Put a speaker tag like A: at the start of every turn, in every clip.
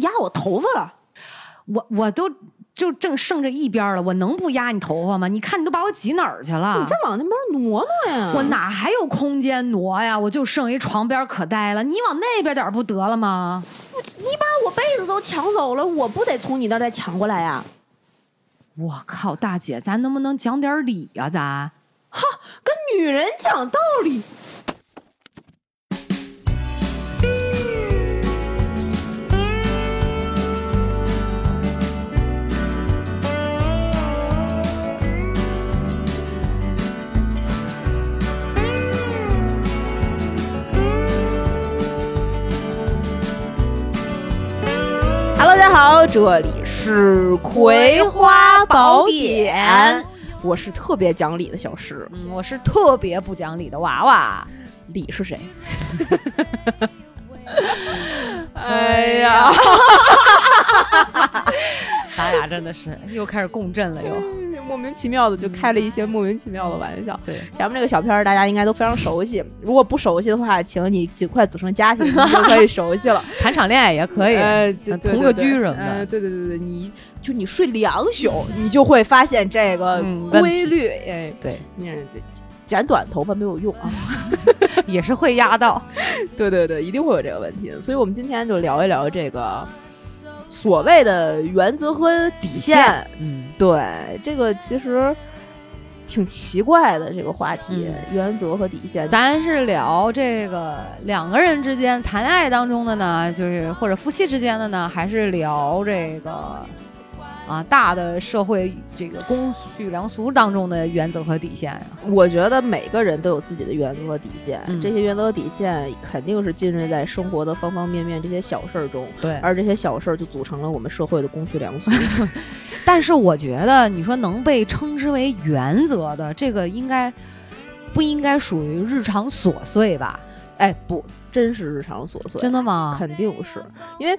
A: 压我头发了。
B: 我我都就正剩这一边儿了，我能不压你头发吗？你看你都把我挤哪儿去了？
A: 你再往那边挪挪呀！
B: 我哪还有空间挪呀？我就剩一床边可待了。你往那边点儿不得了吗？
A: 你把我被子都抢走了，我不得从你那儿再抢过来呀、
B: 我靠，大姐，咱能不能讲点理呀、咱
A: 哈，跟女人讲道理。Hello，大家好，这里是《葵花宝典》，我是特别讲理的小诗。
B: 嗯我是特别不讲理的娃娃。
A: 理是谁？
B: 哎呀， 咱俩真的是又开始共振了
A: 哎
B: 又。
A: 嗯莫名其妙的就开了一些莫名其妙的玩笑。
B: 对，
A: 前面这个小片儿大家应该都非常熟悉，如果不熟悉的话，请你尽快组成家庭，你就可以熟悉 了。
B: 谈场恋爱也可以，
A: 呃就对对
B: 同个
A: 对
B: 居什么
A: 呃
B: 的。
A: 对对对对，你就你睡两宿，你就会发现这个
B: 嗯问
A: 规律。哎，
B: 对，
A: 嗯，对，剪短头发没有用啊。
B: 也是会压到。
A: 对对对，一定会有这个问题的。所以我们今天就聊一聊这个所谓的原则和底线。
B: 嗯，
A: 对，这个其实挺奇怪的这个话题，原则和底线。
B: 嗯咱是聊这个两个人之间谈恋爱当中的呢，就是或者夫妻之间的呢，还是聊这个啊大的社会这个公序良俗当中的原则和底线呀、
A: 我觉得每个人都有自己的原则和底线，
B: 嗯
A: 这些原则和底线肯定是浸润在生活的方方面面这些小事儿中，
B: 对，
A: 而这些小事儿就组成了我们社会的公序良 俗。
B: 但是我觉得你说能被称之为原则的这个，应该不应该属于日常琐碎吧？
A: 哎，不，真是日常琐碎，
B: 真的吗？
A: 肯定是因为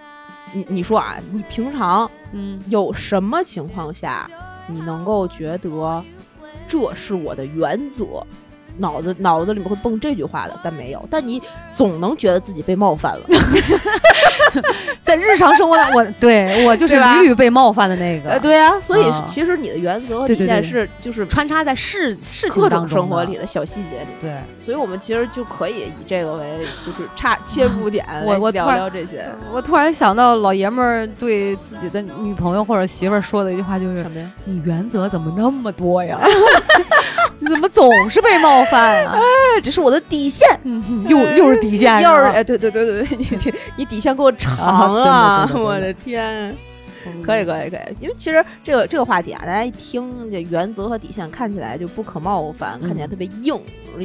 A: 你你说啊，你平常
B: 嗯，
A: 有什么情况下你能够觉得这是我的原则？脑子脑子里面会蹦这句话的，但没有。但你总能觉得自己被冒 犯了，
B: 在日常生活当中，我对我就是
A: 对吧
B: 屡屡被冒犯的那个，
A: 呃，对啊。所以
B: 啊
A: 其实你的原则和
B: 对
A: 底
B: 对
A: 线
B: 对
A: 是就是
B: 穿插在事事情
A: 各
B: 当
A: 种
B: 中的
A: 生活里的小细节里。
B: 对。
A: 所以我们其实就可以以这个为就是差切入点
B: 我
A: 来
B: 我突
A: 聊
B: 然
A: 聊这些
B: 我突然想到老爷们儿对自己的女朋友或者媳妇儿说的一句话，就是
A: 什么呀？
B: “你原则怎么那么多呀？ 你怎么总是被冒犯啊
A: 哎，这是我的底线。？”
B: 嗯又又是底线，
A: 要是
B: 吧
A: 哎，对对对对对，你你你底线给我长
B: 啊
A: 啊！
B: 真的真的真的
A: 我的天，啊可以可以可以，因为其实这个这个话题啊，大家一听这原则和底线看起来就不可冒犯，
B: 嗯
A: 看起来特别硬，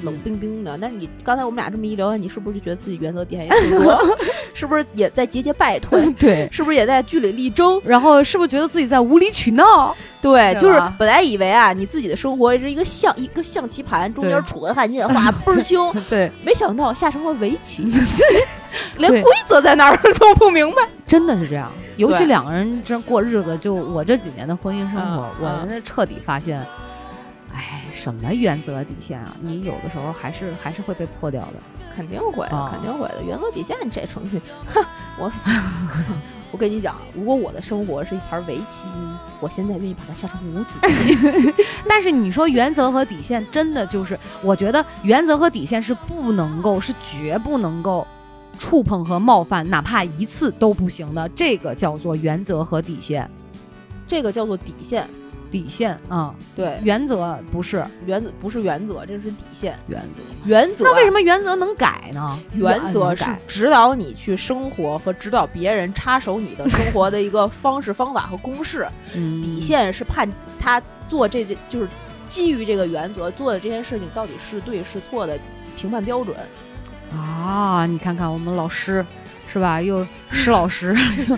A: 冷冰冰 的。但是你刚才我们俩这么一聊，你是不是就觉得自己原则底线也挺 多？是不是也在节节败退？
B: 对。
A: 是不是也在据理力争？
B: 然后是不是觉得自己在无理取闹？
A: 对，
B: 对
A: 就是
B: 吧
A: 本来以为啊，你自己的生活是一个象一个象棋盘，中间
B: 对
A: 楚河汉界， 画倍儿清，
B: 对，
A: 没想到下成了围 棋，连
B: 对
A: 规则在哪儿都不明白。
B: 真的是这样。尤其
A: 对
B: 两个人真过日子，就我这几年的婚姻生活，
A: 嗯嗯
B: 我是彻底发现，哎，什么原则底线啊？你有的时候还是还是会被破掉的。
A: 肯定会的
B: 啊，
A: 肯定会的。原则底线这东西， 我我跟你讲，如果我的生活是一盘围棋，我现在愿意把它下成五子 棋。
B: 但是你说原则和底线，真的就是，我觉得原则和底线是不能够，是绝不能够触碰和冒犯，哪怕一次都不行的。这个叫做原则和底线，
A: 这个叫做底线。
B: 底线啊、
A: 对，
B: 原则不是
A: 原则不是原则，这是底线。
B: 原则。
A: 原则
B: 那为什
A: 么？
B: 么原则能改呢？
A: 原则
B: 能
A: 是
B: 改
A: 指导你去生活和指导别人插手你的生活的一个方式、方法和公 式。底
B: 底，
A: 线是判他做这件，就是基于这个原则做的这件事情到底是对是错的评判标准。
B: 啊，你看看我们老师是吧？又施老 师又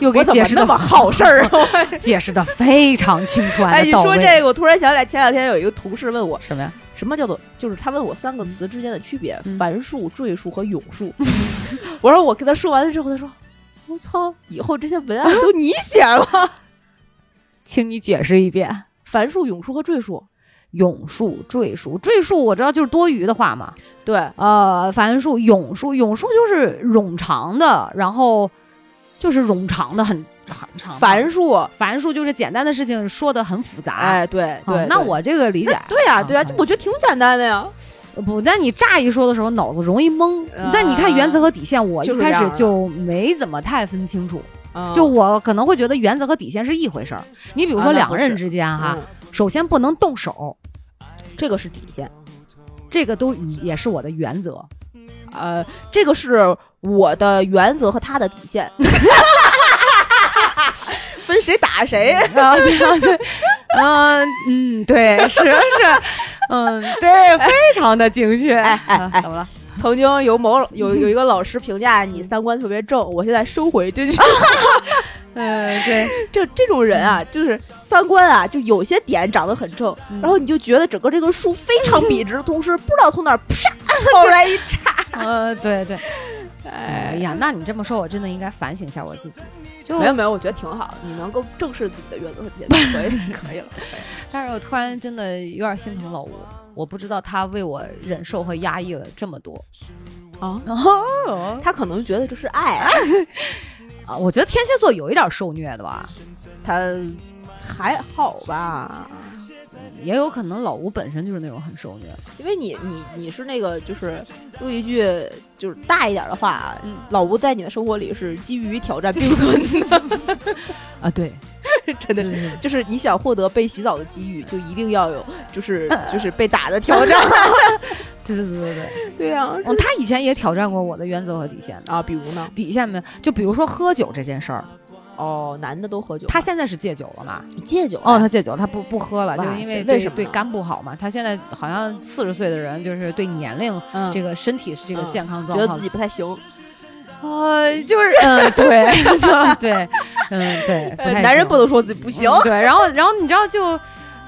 B: 又给
A: 我怎
B: 解
A: 么
B: 释
A: 那
B: 的
A: 么好事儿啊？ 我
B: 解释的非常清楚
A: 哎，你
B: 到
A: 说
B: 位
A: 这个，我突然想起来，前两天有一个同事问我，
B: 什么呀？
A: 什么叫做，就是他问我三个词之间的区别：
B: 嗯
A: 凡数、 赘述和咏述。我说我跟他说完了之后，他说：“我操，以后这些文案 都你写吗
B: 请你解释一遍。？”
A: 凡数、咏述和赘述，
B: 咏述、赘述、赘述，我知道就是多余的话嘛。啊
A: 对，
B: 呃，凡数、咏述，咏述就是冗长的，然后就是冗长的很很长，
A: 繁数，
B: 繁数就是简单的事情说的很复杂。
A: 哎，对
B: 啊
A: 对，
B: 那
A: 对哎
B: 我这个理解
A: 对呀对呀，
B: 嗯
A: 就我觉得挺简单的呀。
B: 不，但你乍一说的时候，脑子容易懵。
A: 啊
B: 但你看原则和底线，我
A: 就
B: 一
A: 是
B: 开
A: 这
B: 始
A: 样的
B: 就没怎么太分清楚。
A: 嗯
B: 就我可能会觉得原则和底线是一回事儿。你比如
A: 啊
B: 说
A: 那
B: 两
A: 不
B: 个人
A: 是
B: 之间哈，
A: 嗯
B: 首先不能动手，
A: 这个是底线，
B: 这个都已也是我的原 则。
A: 呃，这个是我的原则和他的底 线， 分谁打谁。
B: 啊，对啊，对，嗯嗯，对，是是，嗯，对，非常的精确。
A: 哎哎
B: 啊
A: 哎
B: 怎么了？
A: 曾经有某有有一个老师评价你三观特别正，我现在收回 这句。
B: 嗯，对，
A: 这这种人啊，就是三观啊，就有些点长得很正，
B: 嗯
A: 然后你就觉得整个这个树非常笔 直，同时不知道从哪儿啪冒出来一叉。
B: 呃，对对。哎呀，那你这么说，我真的应该反省一下我自己。就
A: 没有没有，我觉得挺好，你能够正视自己的原则和底线，可以 可以了。
B: 但是我突然真的有点心疼老吴，我不知道他为我忍受和压抑了这么多
A: 啊，
B: 哦
A: 他可能觉得这是爱，
B: 啊！我觉得天蝎座有一点受虐的吧，
A: 他还好吧？
B: 也有可能老吴本身就是那种很受虐。
A: 因为你你你是那个就是用一句就是大一点的话，啊
B: 嗯
A: 老吴在你的生活里是基于挑战并存的，
B: 啊，对，
A: 真的。
B: 是
A: 就是你想获得被洗澡的机遇，就一定要有， 就是就是被打的挑战。
B: 对对对对对。
A: 对啊，
B: 嗯，他以前也挑战过我的原则和底线的。
A: 啊，比如呢？
B: 底线没有，就比如说喝酒这件事儿，
A: 哦，男的都喝酒吗，
B: 他现在是戒酒了嘛？
A: 戒酒
B: 哦，他戒酒，他不不喝了，就
A: 哇塞
B: 因为
A: 为
B: 对
A: 什么啊
B: 对
A: 呢
B: 肝不好嘛。他现在好像四十岁的人，就是对年龄、
A: 嗯
B: 这个身体是这个
A: 嗯
B: 健康
A: 觉
B: 状
A: 得
B: 况
A: 自己不太行，
B: 呃，就是嗯，对， 就对，嗯，对，不
A: 呃
B: 太
A: 男人不
B: 能
A: 能说自己不行。
B: 对，然后，然后你知道就。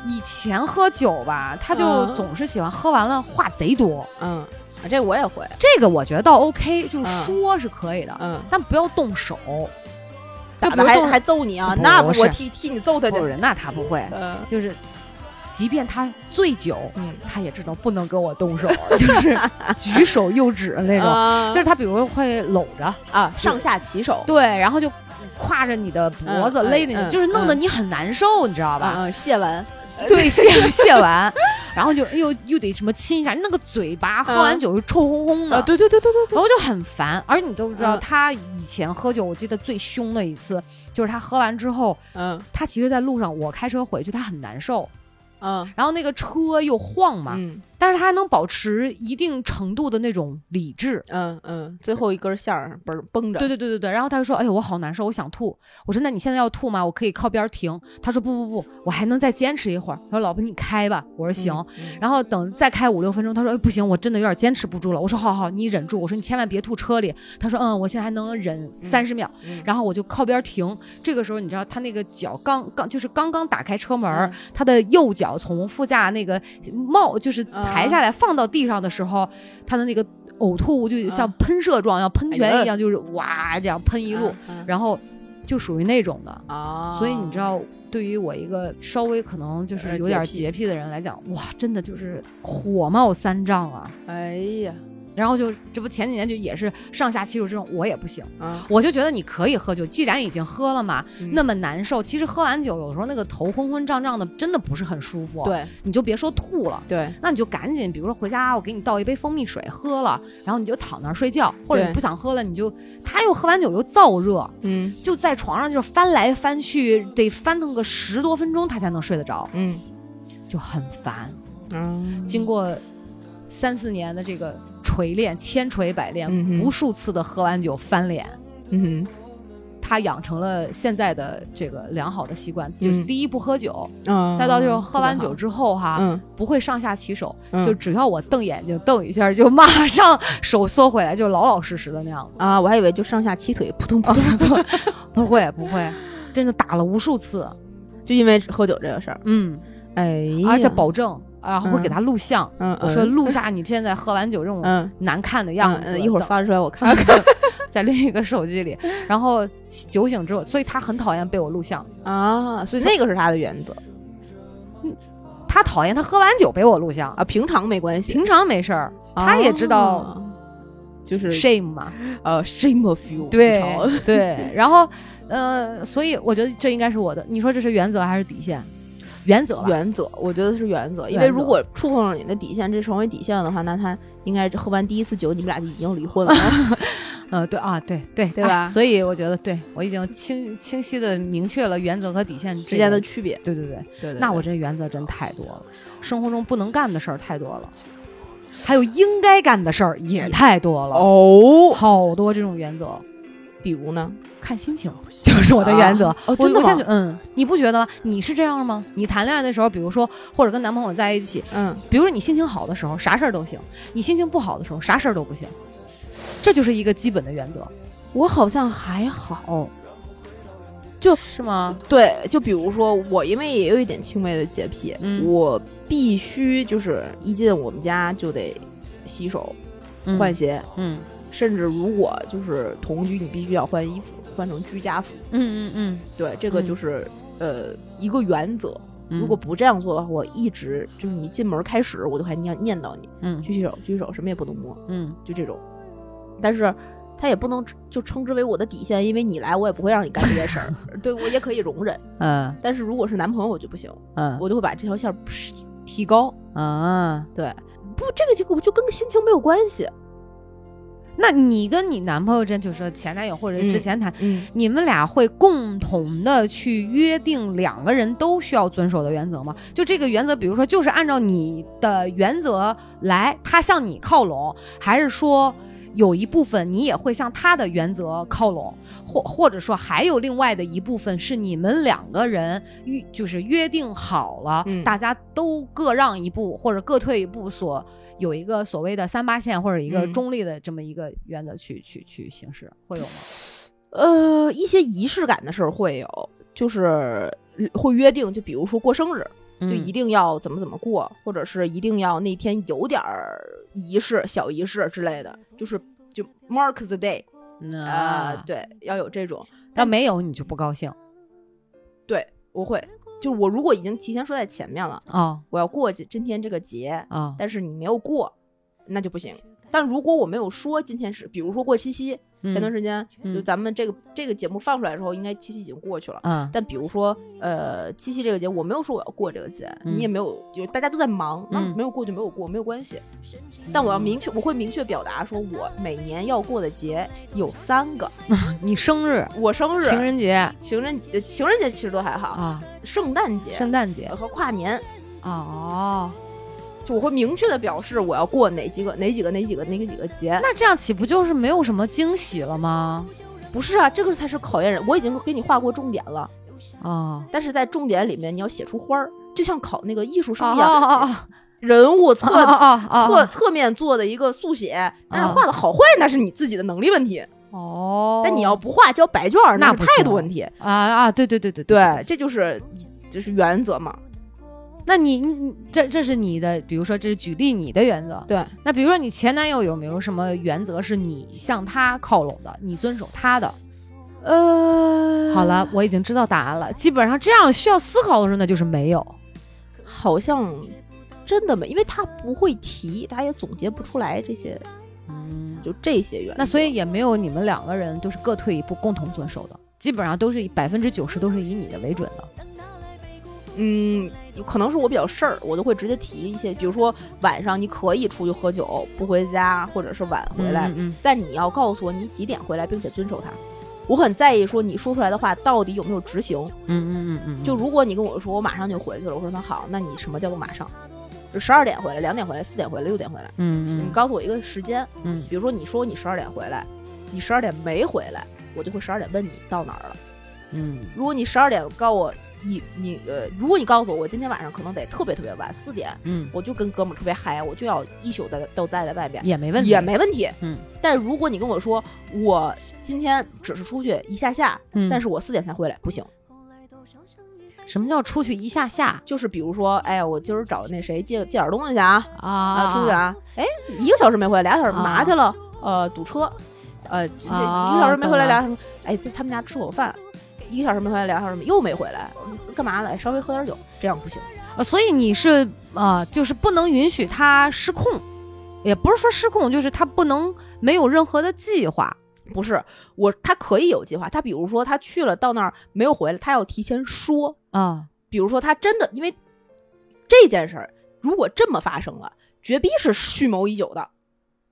B: 以前喝酒吧，他就
A: 嗯
B: 总是喜欢喝完了话贼多，
A: 嗯，啊这我也会，
B: 这个我觉得倒 OK，就是
A: 嗯
B: 说是可以的，
A: 嗯，
B: 但不要动手。
A: 打
B: 啊就
A: 的
B: 比如
A: 还
B: 动
A: 还揍你啊？
B: 不
A: 那
B: 是
A: 我替替你揍他去
B: 不。是，那他不会，
A: 嗯
B: 就是即便他醉酒，
A: 嗯，
B: 他也知道不能跟我动手， 就是举手右指的那种。
A: 啊
B: 就是他比如会搂着，
A: 啊，上下其手，
B: 对，然后就挎着你的脖子
A: 嗯
B: 勒着
A: 嗯
B: 你，就是弄得
A: 嗯
B: 你很难受，你知道
A: 好
B: 吧？呃
A: 嗯，卸完，
B: 对，卸卸完，然后就又又得什么亲一下，那个嘴巴喝完
A: 嗯
B: 酒就臭烘烘的，
A: 对对对对对
B: 然后就很烦。而你都知道，
A: 嗯
B: 他以前喝酒，我记得最凶的一次就是他喝完之后，
A: 嗯
B: 他其实在路上我开车回去，他很难受，
A: 嗯
B: 然后那个车又晃嘛，
A: 嗯
B: 但是他还能保持一定程度的那种理智。
A: 嗯嗯，最后一根线儿嘣儿绷着，
B: 对对对对对，然后他就说：“哎呦，我好难受，我想吐。”我说：“那你现在要吐吗？我可以靠边停。”他说：“不不不，我还能再坚持一会儿。”我说：“老婆，你开吧。”我说：“行。
A: 嗯，
B: 然后等再开五六分钟，他说：“哎，不行，我真的有点坚持不住了。”我说：“好好，你忍住。”我说：“你千万别吐车里。”他说：“嗯，我现在还能忍三十秒。
A: 嗯
B: 然后我就靠边停。这个时候，你知道他那个脚刚刚就是刚刚打开车门
A: 嗯
B: 儿，他的右脚从副驾那个冒就是抬下来放到地上的时候，他的那个呕吐物就像
A: 啊
B: 喷射状，像喷
A: 哎
B: 泉
A: 呦
B: 一样，就是哇这样喷一路，
A: 嗯嗯
B: 然后就属于那种的。
A: 啊，
B: 所以你知道，对于我一个稍微可能就是
A: 呃
B: 有点
A: 洁癖
B: 洁癖的人来讲，哇，真的就是火冒三丈啊！
A: 哎呀，
B: 然后就这不前几年就也是上下其手这种，我也不行，
A: 啊，
B: 我就觉得你可以喝酒，既然已经喝了嘛，那
A: 么
B: 么难受。其实喝完酒，有的时候那个头昏昏胀胀的，真的不是很舒服。，
A: 对
B: 你就别说吐了，
A: 对，
B: 那你就赶紧，比如说回家，我给你倒一杯蜂蜜水喝了，然后你就躺那儿睡觉，或者
A: 对
B: 你不想喝了，你就他又喝完酒又燥热，
A: 嗯
B: 就在床上就是翻来翻去，得翻腾个十多分钟他才能睡得着，
A: 嗯
B: 就很烦。
A: 嗯
B: 经过三四年的这个锤炼，千锤百炼，
A: 嗯哼
B: 无数次的喝完酒翻脸。
A: 嗯
B: 他养成了现在的这个良好的习惯，就是
A: 嗯
B: 第一不喝酒，
A: 嗯
B: 再到就是喝完酒，之后哈，
A: 嗯，
B: 不会上下其手，
A: 嗯
B: 就只要我瞪眼睛瞪一下，就马上手缩回来，就老老实实的那样 子。
A: 啊，我还以为就上下七腿扑
B: 哦
A: 通扑通，
B: 不会不会，真的打了无数次，
A: 就因为喝酒这个事儿，
B: 嗯，
A: 哎呀，
B: 而且保证，然后会
A: 嗯
B: 给他录像，
A: 嗯
B: 我说录下你现在喝完酒这种
A: 嗯
B: 难看的样
A: 嗯
B: 子，
A: 嗯，一会儿
B: 等
A: 发出来我看看，
B: 在另一个手机里，然后酒醒之后，所以他很讨厌被我录像，
A: 啊，所以那个是他的原则
B: 他讨厌他喝完酒被我录像，
A: 啊，平常没关系，
B: 平常没事儿，他也知道
A: 啊就是
B: shame 嘛，
A: 呃 shame of you，
B: 对
A: 吐槽
B: 对，然后呃，所以我觉得这应该是我的，你说这是原则还是底线？原则吧，
A: 原则，我觉得是原则，因为
B: 原则
A: 如果触碰了你的底线，这成为底线的话，那他应该喝完第一次酒，你们俩就已经离 婚了。
B: 呃，对啊，对对
A: 对
B: 哎
A: 吧
B: 所以我觉得，对我已经清清晰的明确了原则和底线
A: 之间的
B: 这个
A: 区别。
B: 对对对，
A: 对对，
B: 那我这原则真太多了，生活中不能干的事儿太多了，还有应该干的事儿也太多了，
A: 嗯哦，
B: 好多这种原则，
A: 比如呢？
B: 看 心情就是我的原则。
A: 啊哦，
B: 我
A: 真的
B: 我现在
A: 吗？
B: 就嗯，你不觉得吗？你是这样吗？你谈恋爱的时候，比如说或者跟男朋友在一起，
A: 嗯，
B: 比如说你心情好的时候，啥事儿都行；你心情不好的时候，啥事儿都不行。这就是一个基本的原则，
A: 我好像还好。
B: 是吗？
A: 对，就比如说我，因为也有一点轻微的洁癖，
B: 嗯
A: 我必须就是一进我们家就得洗手、换鞋，
B: 嗯
A: 甚至如果就是同居，你必须要换衣服，换成居家服。
B: 嗯嗯
A: 对，这个
B: 嗯
A: 就是、呃一个原则。
B: 嗯
A: 如果不这样做的话，我一直就是你进门开始，我就还念念叨你，
B: 嗯
A: 举起手，举起手，什么也不能摸，
B: 嗯
A: 就这种。但是，他也不能就称之为我的底线，因为你来，我也不会让你干这些事 儿，对我也可以容忍。
B: 嗯
A: 但是如果是男朋友，我就不行，
B: 嗯
A: 我就会把这条线儿噗提高。
B: 啊，
A: 对，不，这个结果就跟个心情没有关系。
B: 那你跟你男朋友真就是前男友或者
A: 嗯
B: 之前谈，
A: 嗯，
B: 你们俩会共同的去约定两个人都需要遵守的原则吗？就这个原则，比如说就是按照你的原则来，他向你靠拢，还是说有一部分你也会向他的原则靠拢，或或者说还有另外的一部分是你们两个人约就是约定好了，
A: 嗯
B: 大家都各让一步或者各退一步所。有一个所谓的三八线或者一个
A: 嗯
B: 中立的这么一个原则去、去去行事，会有吗？
A: 呃，一些仪式感的事儿会有，就是呃会约定，就比如说过生日，就
B: 嗯
A: 一定要怎么怎么过，或者是一定要那天有点儿仪式、小仪式之类的，就是就 mark the day 啊、
B: 那
A: 对，要有这种。
B: 那没有你就不高兴
A: 对，我会，就我如果已经提前说在前面了，
B: 啊
A: 我要过今今天这个节，
B: 啊，
A: 但是你没有过，那就不行。但如果我没有说今天是，比如说过七夕，前段时间、
B: 嗯
A: 就咱们这个这个节目放出来之后，应该七夕已经过去了。
B: 啊
A: 但比如说，呃，七夕这个节，我没有说我要过这个节，
B: 嗯
A: 你也没有，就大家都在忙，那、
B: 嗯
A: 没有过就没有过，没有关系。但我要明确，我会明确表达说，我每年要过的节有三个：
B: 你生日、
A: 我生日、啊
B: 情人节
A: 情人节、情人节其实都还好，
B: 啊、
A: 圣诞节呃
B: 圣诞节
A: 和跨年。
B: 哦，
A: 就我会明确的表示我要过哪几个、哪几个、哪几个、哪几个节。
B: 那这样岂不就是没有什么惊喜了吗？
A: 不是啊，这个才是考验人。我已经给你画过重点了，
B: 啊
A: 但是在重点里面你要写出花儿，就像考那个艺术生
B: 啊
A: 一样，
B: 啊
A: 人物 侧
B: 啊啊
A: 侧
B: 啊！
A: 侧面做的一个速写，但是
B: 啊
A: 画的好坏那是你自己的能力问题。
B: 哦，
A: 但你要不画交白卷儿，
B: 那
A: 是
B: 不行
A: 态度问题。
B: 啊啊，对对对对
A: 对，，这就是就是原则嘛。
B: 那你你你这这是你的，比如说这是举例你的原则。
A: 对，
B: 那比如说你前男友有没有什么原则是你向他靠拢的，你遵守他的？
A: 呃，
B: 好了，，我已经知道答案了。基本上这样需要思考的时候，那就是没有。
A: 好像真的没，因为他不会提，他也总结不出来这些，
B: 嗯，
A: 就这些原则。
B: 那所以也没有你们两个人就是各退一步，共同遵守的，基本上都是百分之九十都是以你的为准的。
A: 嗯，可能是我比较事儿，我就会直接提一些，比如说晚上你可以出去喝酒，不回家，或者是晚回来，
B: 嗯
A: 但你要告诉我你几点回来，并且遵守它。我很在意说你说出来的话到底有没有执行。
B: 嗯嗯嗯嗯，
A: 就如果你跟我说我马上就回去了，我说那好，那你什么叫做马上？就十二点回来，两点回来，四点回来，六点回来。你
B: 嗯
A: 告诉我一个时间，
B: 嗯嗯
A: 比如说你说你十二点回来，你十二点没回来，我就会十二点问你到哪儿了。
B: 嗯
A: 如果你十二点告我你你呃，如果你告诉我我今天晚上可能得特别特别晚四点，
B: 嗯，
A: 我就跟哥们儿特别嗨，我就要一宿在都待在外边，
B: 也没问题，
A: 也没问题。
B: 嗯，
A: 但如果你跟我说我今天只是出去一下下，
B: 嗯。
A: 但是我四点才回来，不行。
B: 什么叫出去一下下
A: 就是比如说，哎呀，我今儿找那谁借借点东西啊，
B: 啊
A: 啊，出去啊，哎，一个小时没回来，俩小时
B: 啊
A: 麻去了，呃，堵车，呃，这
B: 啊
A: 一个小时没回来，
B: 懂了
A: 俩小时，哎，在他们家吃口饭，一个小时没回来，俩小时又没回来，干嘛呢？哎稍微喝点酒，这样不行。
B: 呃啊所以你是啊、呃就是不能允许他失控，也不是说失控，就是他不能没有任何的计划。
A: 不是我，他可以有计划。他比如说他去了到那儿没有回来，他要提前说。
B: 啊，
A: 比如说他真的因为这件事儿，如果这么发生了，绝逼是蓄谋已久的，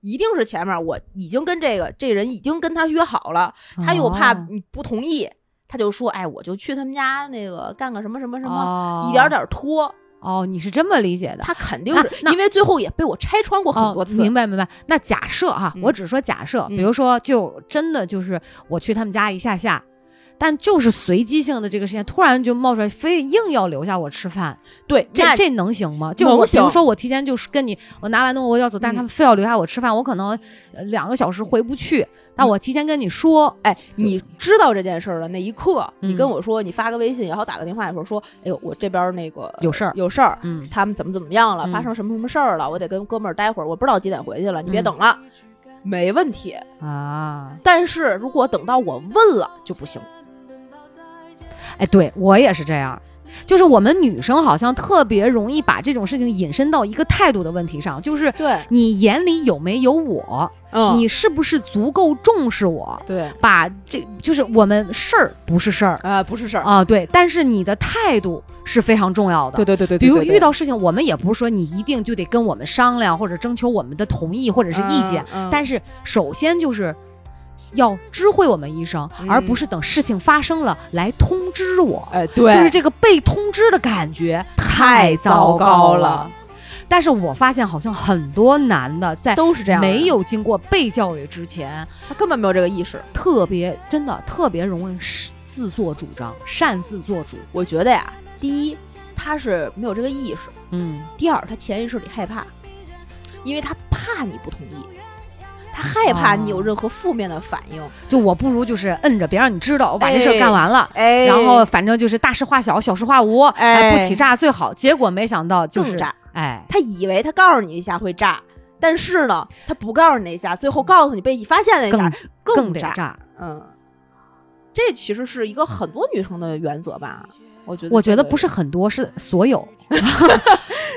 A: 一定是前面我已经跟这个这人已经跟他约好了，他又怕
B: 哦
A: 你不同意，他就说哎，我就去他们家那个干个什么什么什
B: 什
A: 么，
B: 么
A: 一点点拖。
B: 哦，你是这么理解的？
A: 他肯定
B: 那
A: 是
B: 那
A: 因为最后也被我拆穿过很多
B: 哦、
A: 次
B: 明。白明白。那假设哈、
A: 嗯
B: 我只说假设，
A: 嗯
B: 比如说就真的就是我去他们家一下下，但就是随机性的这个事件突然就冒出来，非硬要留下我吃饭，
A: 对，
B: 这
A: 那
B: 这能行吗？就
A: 能
B: 我比如
A: 行嗯
B: 说我提前就是跟你，我拿完东西我要走，但是他们非要留下我吃饭，我可能呃两个小时回不去，
A: 嗯
B: 那我提前跟你说，
A: 哎，你知道这件事儿的那一刻，
B: 嗯
A: 你跟我说，你发个微信也好，打个电话也好，说，哎呦，我这边儿那个
B: 有事儿
A: 有事儿，
B: 嗯，
A: 他们怎么怎么样了，
B: 嗯
A: 发生什么什么事儿了，我得跟哥们儿待会儿，我不知道几点回去了，你别
B: 嗯
A: 等了，没问题。
B: 啊，
A: 但是如果等到我问了就不行，
B: 哎，对我也是这样。就是我们女生好像特别容易把这种事情引申到一个态度的问题上，就是
A: 对，
B: 你眼里有没有我？
A: 嗯，
B: 你是不是足够重视我？
A: 对，
B: 把这就是我们事儿不是事儿
A: 啊，不是事儿，
B: 啊、对，但是你的态度是非常重要的。
A: 对对对对，
B: 比如遇
A: 到
B: 到事情，我们也不是说你一定就得跟我们商量，或者征求我们的同意或者是意见，，
A: 嗯
B: 但是首先就是要知会我们一声，
A: 嗯
B: 而不是等事情发生了来通知我。
A: 哎，对，
B: 就是这个被通知的感觉太
A: 太
B: 糟
A: 糟糕
B: 糕
A: 了
B: 了。但是我发现好像很多男的在
A: 都是这样的，
B: 没有经过被教育之前，
A: 他根本没有这个意识。
B: 特别真的特别容易是自作主张、擅自做主。
A: 我觉得呀，第一，他是没有这个意识；
B: 嗯，
A: 第二，他潜意识里害怕，因为他怕你不同意，他害
B: 哦
A: 怕你有任何负面的反应。
B: 就我不如就是摁着别让你知道，我把这事
A: 哎
B: 儿干完了。
A: 哎
B: 然后反正就是大事化小，小事化无，
A: 哎
B: 不起炸最好。结果没想到就是
A: 更炸，
B: 哎，
A: 他以为他告诉你一下会炸，但是呢，他不告诉你一下，最后告诉你被你发现了一下
B: 更
A: 更
B: 得
A: 炸。
B: 炸。
A: 嗯，这其实是一个很多女生的原则吧，我觉得
B: 我觉
A: 这
B: 得
A: 个
B: 不是很多，是 所有。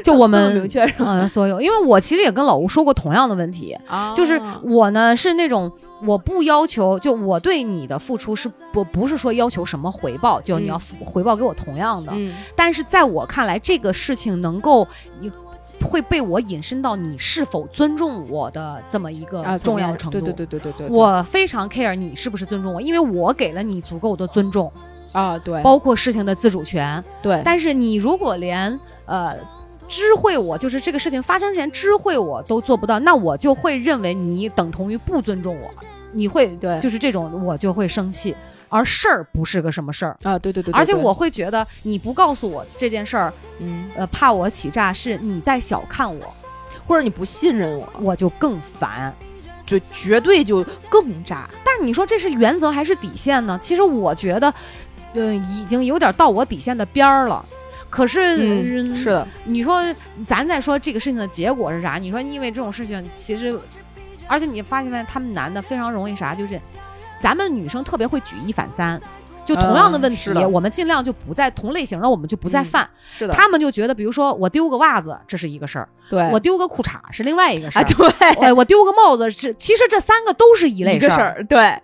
B: 就
A: 这么
B: 我们
A: 明 确是吧？
B: 嗯，所有，因为我其实也跟老吴说过同样的问题，
A: 啊
B: 就是我呢是那种我不要求，就我对你的付出是不不是说要求什么回报，就你要
A: 嗯
B: 付回报给我同样的。
A: 嗯
B: 但是在我看来，这个事情能够一会被我引申到你是否尊重我的这么一
A: 啊
B: 个呃重要程度。
A: 对对对对对对，对
B: 我非常 care 你是不是尊重我，因为我给了你足够的尊重，
A: 啊对
B: 包括事情的自主权。
A: 对
B: 但是你如果连呃知会我，就是这个事情发生之前知会我都做不到，那我就会认为你等同于不尊重我，你会
A: 对
B: 就是这种我就会生气。而事儿不是个什么事儿，
A: 啊对对对，对
B: 而且
A: 对
B: 我会觉得你不告诉我这件事儿，
A: 嗯，
B: 呃，怕我起诈，是你在小看我，
A: 或者你不信任我，
B: 我就更烦。
A: 就绝对就更渣。
B: 但你说这是原则还是底线呢？其实我觉得，嗯、已经有点到我底线的边儿了。可是，嗯
A: 是的，
B: 你说咱再说这个事情的结果是啥？你说因为这种事情，其实，而且你发现没，他们男的非常容易啥，就是咱们女生特别会举一反三，就同样的问
A: 嗯是
B: 题，
A: 的
B: 我们尽量就不在同类型的，我们就不再
A: 嗯
B: 犯。
A: 是的，
B: 他们就觉得，比如说我丢个袜子，这是一个事儿；
A: 对
B: 我丢个裤衩是另外一个事
A: 啊
B: 儿。
A: 对
B: 哎，我丢个帽子是，其实这三个都是一类
A: 一个
B: 事
A: 事儿对，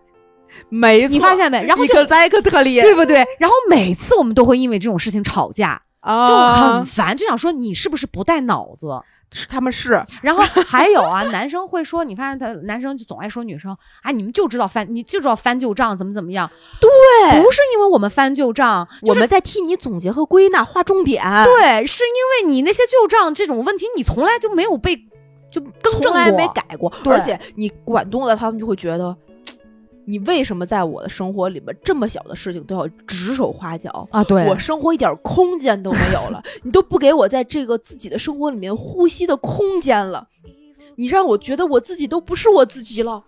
A: 没错，
B: 你发现没？然后
A: 一
B: 就
A: 个灾一个特例，
B: 对不对？然后每次我们都会因为这种事情吵架，就
A: 啊
B: 很，烦，就想说你是不是不带脑子？
A: 是他们是
B: 然后还有啊，男生会说，你发现他男生就总爱说女生啊，你们就知道翻，你就知道翻旧账，怎么怎么样？
A: 对
B: 不是因为我们翻旧账，就
A: 我
B: 是
A: 们在替你总结和归纳，划重点。
B: 对，是因为你那些旧账这种问题，你从来就没有被就更正
A: 从来
B: 过
A: 没。改过，
B: 对
A: 而且你管多了，他们就会觉得。你为什么在我的生活里面这么小的事情都要指手画脚？
B: 啊，对，
A: 我生活一点空间都没有了，你都不给我在这个自己的生活里面呼吸的空间了，你让我觉得我自己都不是我自己了。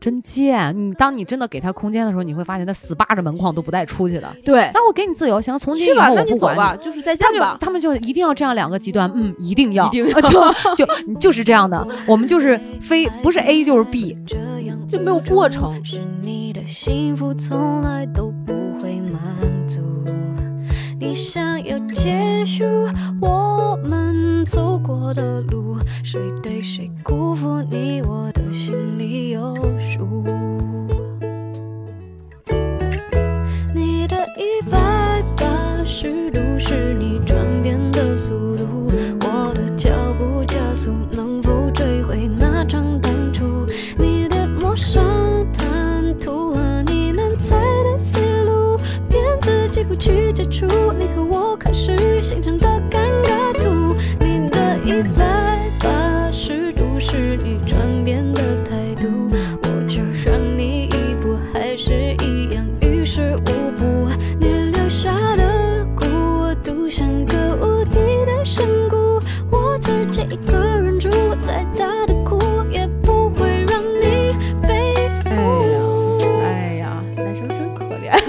B: 真贱！你当你真的给他空间的时候，你会发现他死扒着门框都不带出去的。
A: 对，
B: 但我给你自由，行，从今以
A: 去吧，
B: 后
A: 那
B: 我
A: 你
B: 不
A: 走
B: 管你。
A: 吧，就是再见
B: 他们
A: 吧
B: 就。他们就一定要这样两个极端，嗯，一定要，
A: 一定要
B: 呃 就就就是这样的，我们就是非不是 A 就是 B，
A: 就没有过程
C: 是你的幸福从来都不会满足。你想要结束我们走过的路，是谁对谁辜负你我的心里有数。你的一百八十度是你转变的速度，我的脚步加速能否追回那场当初？你的陌生谈吐和你难猜的思路，骗自己不去接触，你和我可是形成的尴尬图。你的一百八十度是你转变的态度，我就让你一步还是一样于事无补。你留下的孤独像个无底的深谷，我自己一个人住，再大的哭也不会让你背负。
B: 哎呀，男生真可 怜。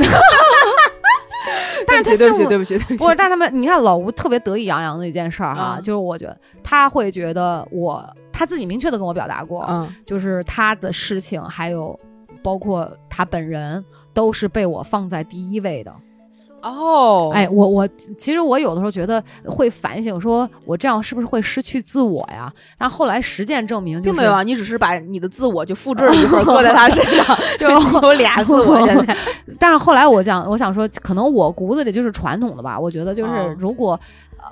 B: 但是他
A: 对
B: 信
A: 不起，
B: 我
A: 对不起，对 不起，
B: 不是，但他们你看老吴特别得意洋洋的一件事儿哈，
A: 嗯
B: 就是我觉得他会觉得我他自己明确的跟我表达过，
A: 嗯，
B: 就是他的事情还有包括他本人都是被我放在第一位的。
A: 哦，
B: 哎，，我我其实我有的时候觉得会反省，说我这样是不是会失去自我呀？但后来实践证明、就是，
A: 并没有啊，你只是把你的自我就复制了一 份儿搁在他身上，
B: 就
A: 有俩自 我现在，
B: 但是后来我想，我想说，可能我骨子里就是传统的吧。我觉得就是
A: 嗯
B: 如果、呃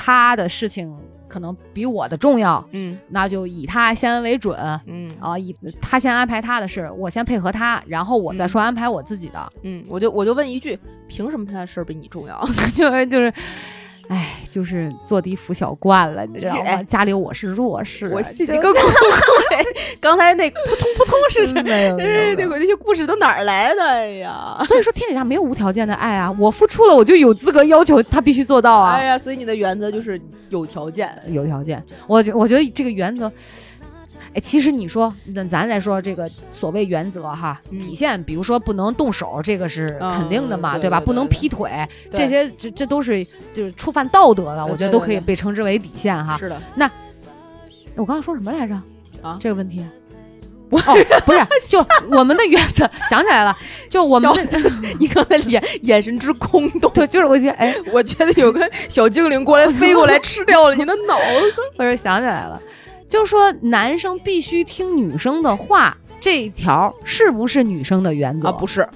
B: 他的事情可能比我的重要，
A: 嗯
B: 那就以他先为准。
A: 嗯
B: 啊，以他先安排他的事，我先配合他，然后我再说安排我自己的，
A: 嗯，我就我就问一句，凭什么他的事儿比你重要？
B: 就是就是，哎，就是做低服小惯了，你知道吗？
A: 哎
B: 家里我是弱势，啊
A: 我信
B: 就
A: 你个鬼！ 刚才那扑通扑通是谁？
B: 没有没有没
A: 哎
B: 有
A: 那鬼那些故事都哪儿来的哎呀？
B: 所以说天底下没有无条件的爱啊！我付出了，我就有资格要求他必须做到啊！
A: 哎呀，所以你的原则就是有条件。
B: 有条件，我觉我觉得这个原则，哎，其实你说，那咱再说这个所谓原则哈，
A: 嗯
B: 底线，比如说不能动手，这个是
A: 嗯
B: 肯定的嘛，
A: 对
B: 吧？
A: 对
B: 不能
A: 对对
B: 劈腿，
A: 对
B: 这些这这都是就是触犯道德了，
A: 对
B: 我觉得
A: 对
B: 都
A: 对
B: 可以
A: 对
B: 被称之为底线哈。
A: 是的，
B: 我刚刚说什么来着？
A: 啊
B: 这个问题。哦，不是， 就我们的原则想起来了，就我们的
A: 你刚才眼眼神之空洞，
B: 对，就是我觉得，哎，
A: 我觉得有个小精灵过来飞过来吃掉了你的脑 子。
B: 我是想起来了，就说男生必须听女生的话，这一条是不是女生的原则？
A: 啊，不是，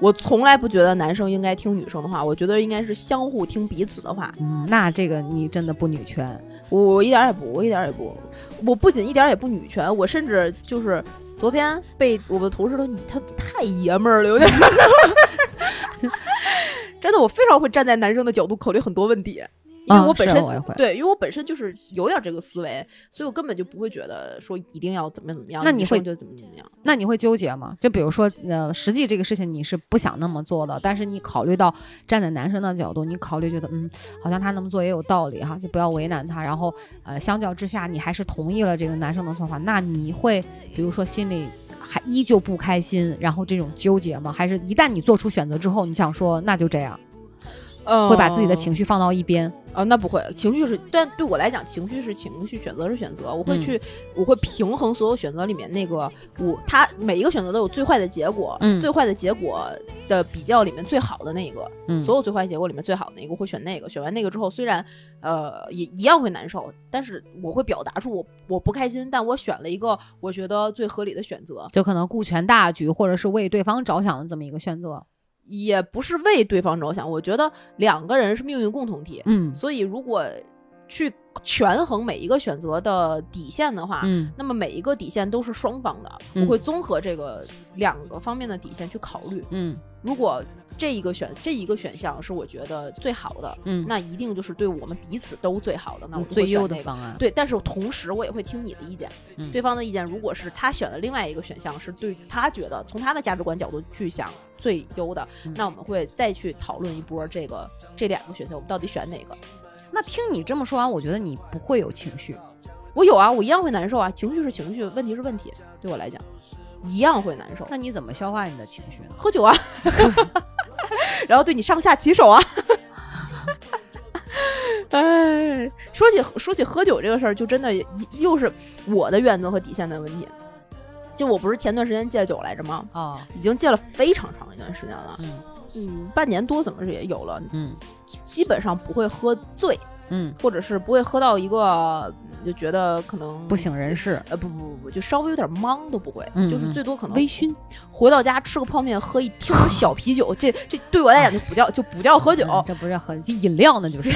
A: 我从来不觉得男生应该听女生的话，我觉得应该是相互听彼此的话。
B: 嗯，那这个你真的不女权。
A: 我一点儿也不，我一点儿也不，我不仅一点儿也不女权，我甚至就是昨天被我的同事说你他太爷们儿了，有点 儿。真的，我非常会站在男生的角度考虑很多问题，因为
B: 嗯
A: 我本
B: 是
A: 身、
B: 我也会
A: 对，因为我本身就是有点这个思维，所以我根本就不会觉得说一定要怎么样怎么样，
B: 那你会
A: 就怎么怎么样。
B: 那你会纠结吗？就比如说，呃，实际这个事情你是不想那么做的，但是你考虑到站在男生的角度，你考虑觉得，嗯，好像他那么做也有道理哈，就不要为难他。然后，呃，相较之下，你还是同意了这个男生的做法，那你会比如说心里还依旧不开心，然后这种纠结吗？还是一旦你做出选择之后，你想说那就这样，
A: 呃
B: 会把自己的情绪放到一边？
A: 啊，那不会，情绪是，但对我来讲，情绪是情绪，选择是选择，我会
B: 嗯
A: 去，我会平衡所有选择里面那个我，它每一个选择都有最坏的结果，
B: 嗯
A: 最坏的结果的比较里面最好的那一个，
B: 嗯
A: 所有最坏结果里面最好的那个，我会选那个，选完那个之后，虽然呃也一样会难受，但是我会表达出我我不开心，但我选了一个我觉得最合理的选择，
B: 就可能顾全大局，或者是为对方着想的这么一个选择。
A: 也不是为对方着想，我觉得两个人是命运共同体，
B: 嗯
A: 所以如果去权衡每一个选择的底线的话，
B: 嗯
A: 那么每一个底线都是双方的，
B: 嗯
A: 我会综合这个两个方面的底线去考虑。
B: 嗯
A: 如果这一个选这一个选项是我觉得最好的，
B: 嗯，
A: 那一定就是对我们彼此都最好的，那我
B: 你
A: 就会
B: 最
A: 选
B: 优的
A: 那个
B: 方案。
A: 对，但是同时我也会听你的意见，
B: 嗯
A: 对方的意见，如果是他选的另外一个选项是对他觉得从他的价值观角度去想最优的，
B: 嗯
A: 那我们会再去讨论一波这个这两个选项，我们到底选哪个？
B: 那听你这么说完，我觉得你不会有情绪。
A: 我有啊，我一样会难受啊，情绪是情绪，问题是问题，对我来讲，一样会难受。
B: 那你怎么消化你的情绪呢？
A: 喝酒啊，然后对你上下其手啊。 哎，说起说起喝酒这个事儿，就真的又是我的原则和底线的问题。就我不是前段时间戒酒来着吗？
B: 哦，
A: 已经戒了非常长一段时间了，
B: 嗯
A: 嗯，半年多怎么是也有了，
B: 嗯
A: 基本上不会喝醉，
B: 嗯
A: 或者是不会喝到一个嗯你就觉得可能
B: 不省人事，
A: 呃，不不不不，就稍微有点懵都不会，
B: 嗯
A: 就是
B: 嗯
A: 最多可能
B: 微醺。
A: 回到家吃个泡面，喝一听个小啤酒，这这对我来讲就不叫就不叫喝酒，
B: 嗯这不是喝这饮料呢，就是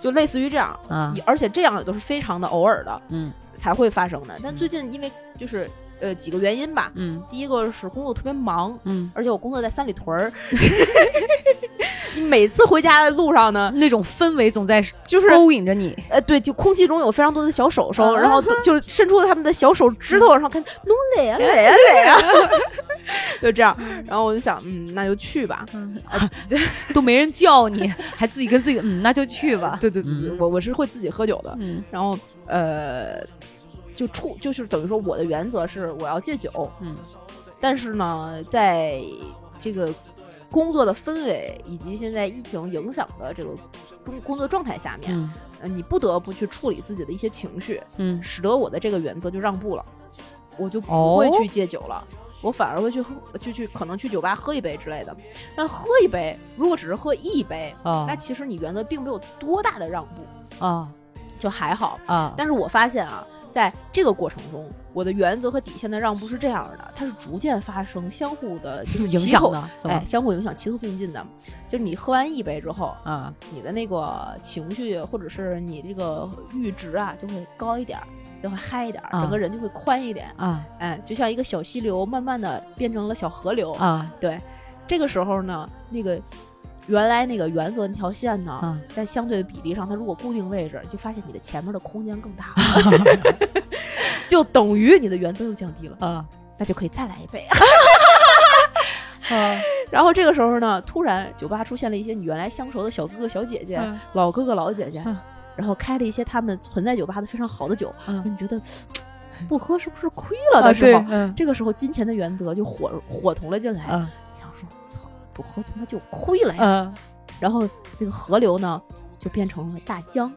A: 就类似于这样。
B: 啊，
A: 而且这样也都是非常的偶尔的
B: 嗯
A: 才会发生的。但
B: 嗯
A: 最近因为就是呃几个原因吧，
B: 嗯
A: 第一个是工作特别忙，
B: 嗯，
A: 而且我工作在三里屯 儿， 你每次回家的路上呢，
B: 那种氛围总在
A: 就是
B: 勾引着你，
A: 呃，对，就空气中有非常多的小手手，
B: 啊
A: 然后都就是伸出了他们的小手指头，然后看弄累啊累啊累啊， 就这样。然后我就想，嗯，那就去吧。
B: 都没人叫你，还自己跟自己嗯，那就去吧。
A: 对对对对，
B: 嗯
A: 我我是会自己喝酒的。
B: 嗯
A: 然后呃，就处就是等于说我的原则是我要戒酒，
B: 嗯
A: 但是呢，在这个工作的氛围以及现在疫情影响的这个工工作状态下面，
B: 嗯
A: 呃，你不得不去处理自己的一些情绪，
B: 嗯，
A: 使得我的这个原则就让步了，我就不会
B: 哦
A: 去戒酒了。我反而会去喝，去去可能去酒吧喝一杯之类的。但喝一杯，如果只是喝一杯，
B: 啊
A: 那其实你原则并没有多大的让步，
B: 啊
A: 就还好。
B: 啊，
A: 但是我发现啊，在这个过程中，我的原则和底线的让步是这样的，它是逐渐发生相互的就是
B: 是影
A: 齐
B: 响
A: 头
B: 的，怎么
A: 哎，相互影响，齐头并进的。就是你喝完一杯之后，
B: 啊？
A: 你的那个情绪或者是你这个阈值啊，就会高一点儿，就会嗨一点儿，
B: 啊
A: 整个人就会宽一点。
B: 啊
A: 哎，就像一个小溪流，慢慢的变成了小河流。
B: 啊
A: 这个时候呢，那个原来那个原则那条线呢，
B: 啊！
A: 在相对的比例上，它如果固定位置，就发现你的前面的空间更大， 就等于你的原则又降低了，
B: 啊
A: 那就可以再来一杯。
B: 啊！
A: 然后这个时候呢，突然酒吧出现了一些你原来相熟的小哥哥、小姐姐、
B: 啊
A: 老哥哥、老姐姐
B: 嗯，
A: 然后开了一些他们存在酒吧的非常好的酒，
B: 嗯
A: 你觉得不喝是不是亏了的时
B: 对，
A: 候，
B: 嗯
A: 这个时候金钱的原则就火火同了进来，
B: 啊
A: 想说操，不喝他妈就亏了呀。
B: 啊！
A: 然后这个河流呢，就变成了大 江。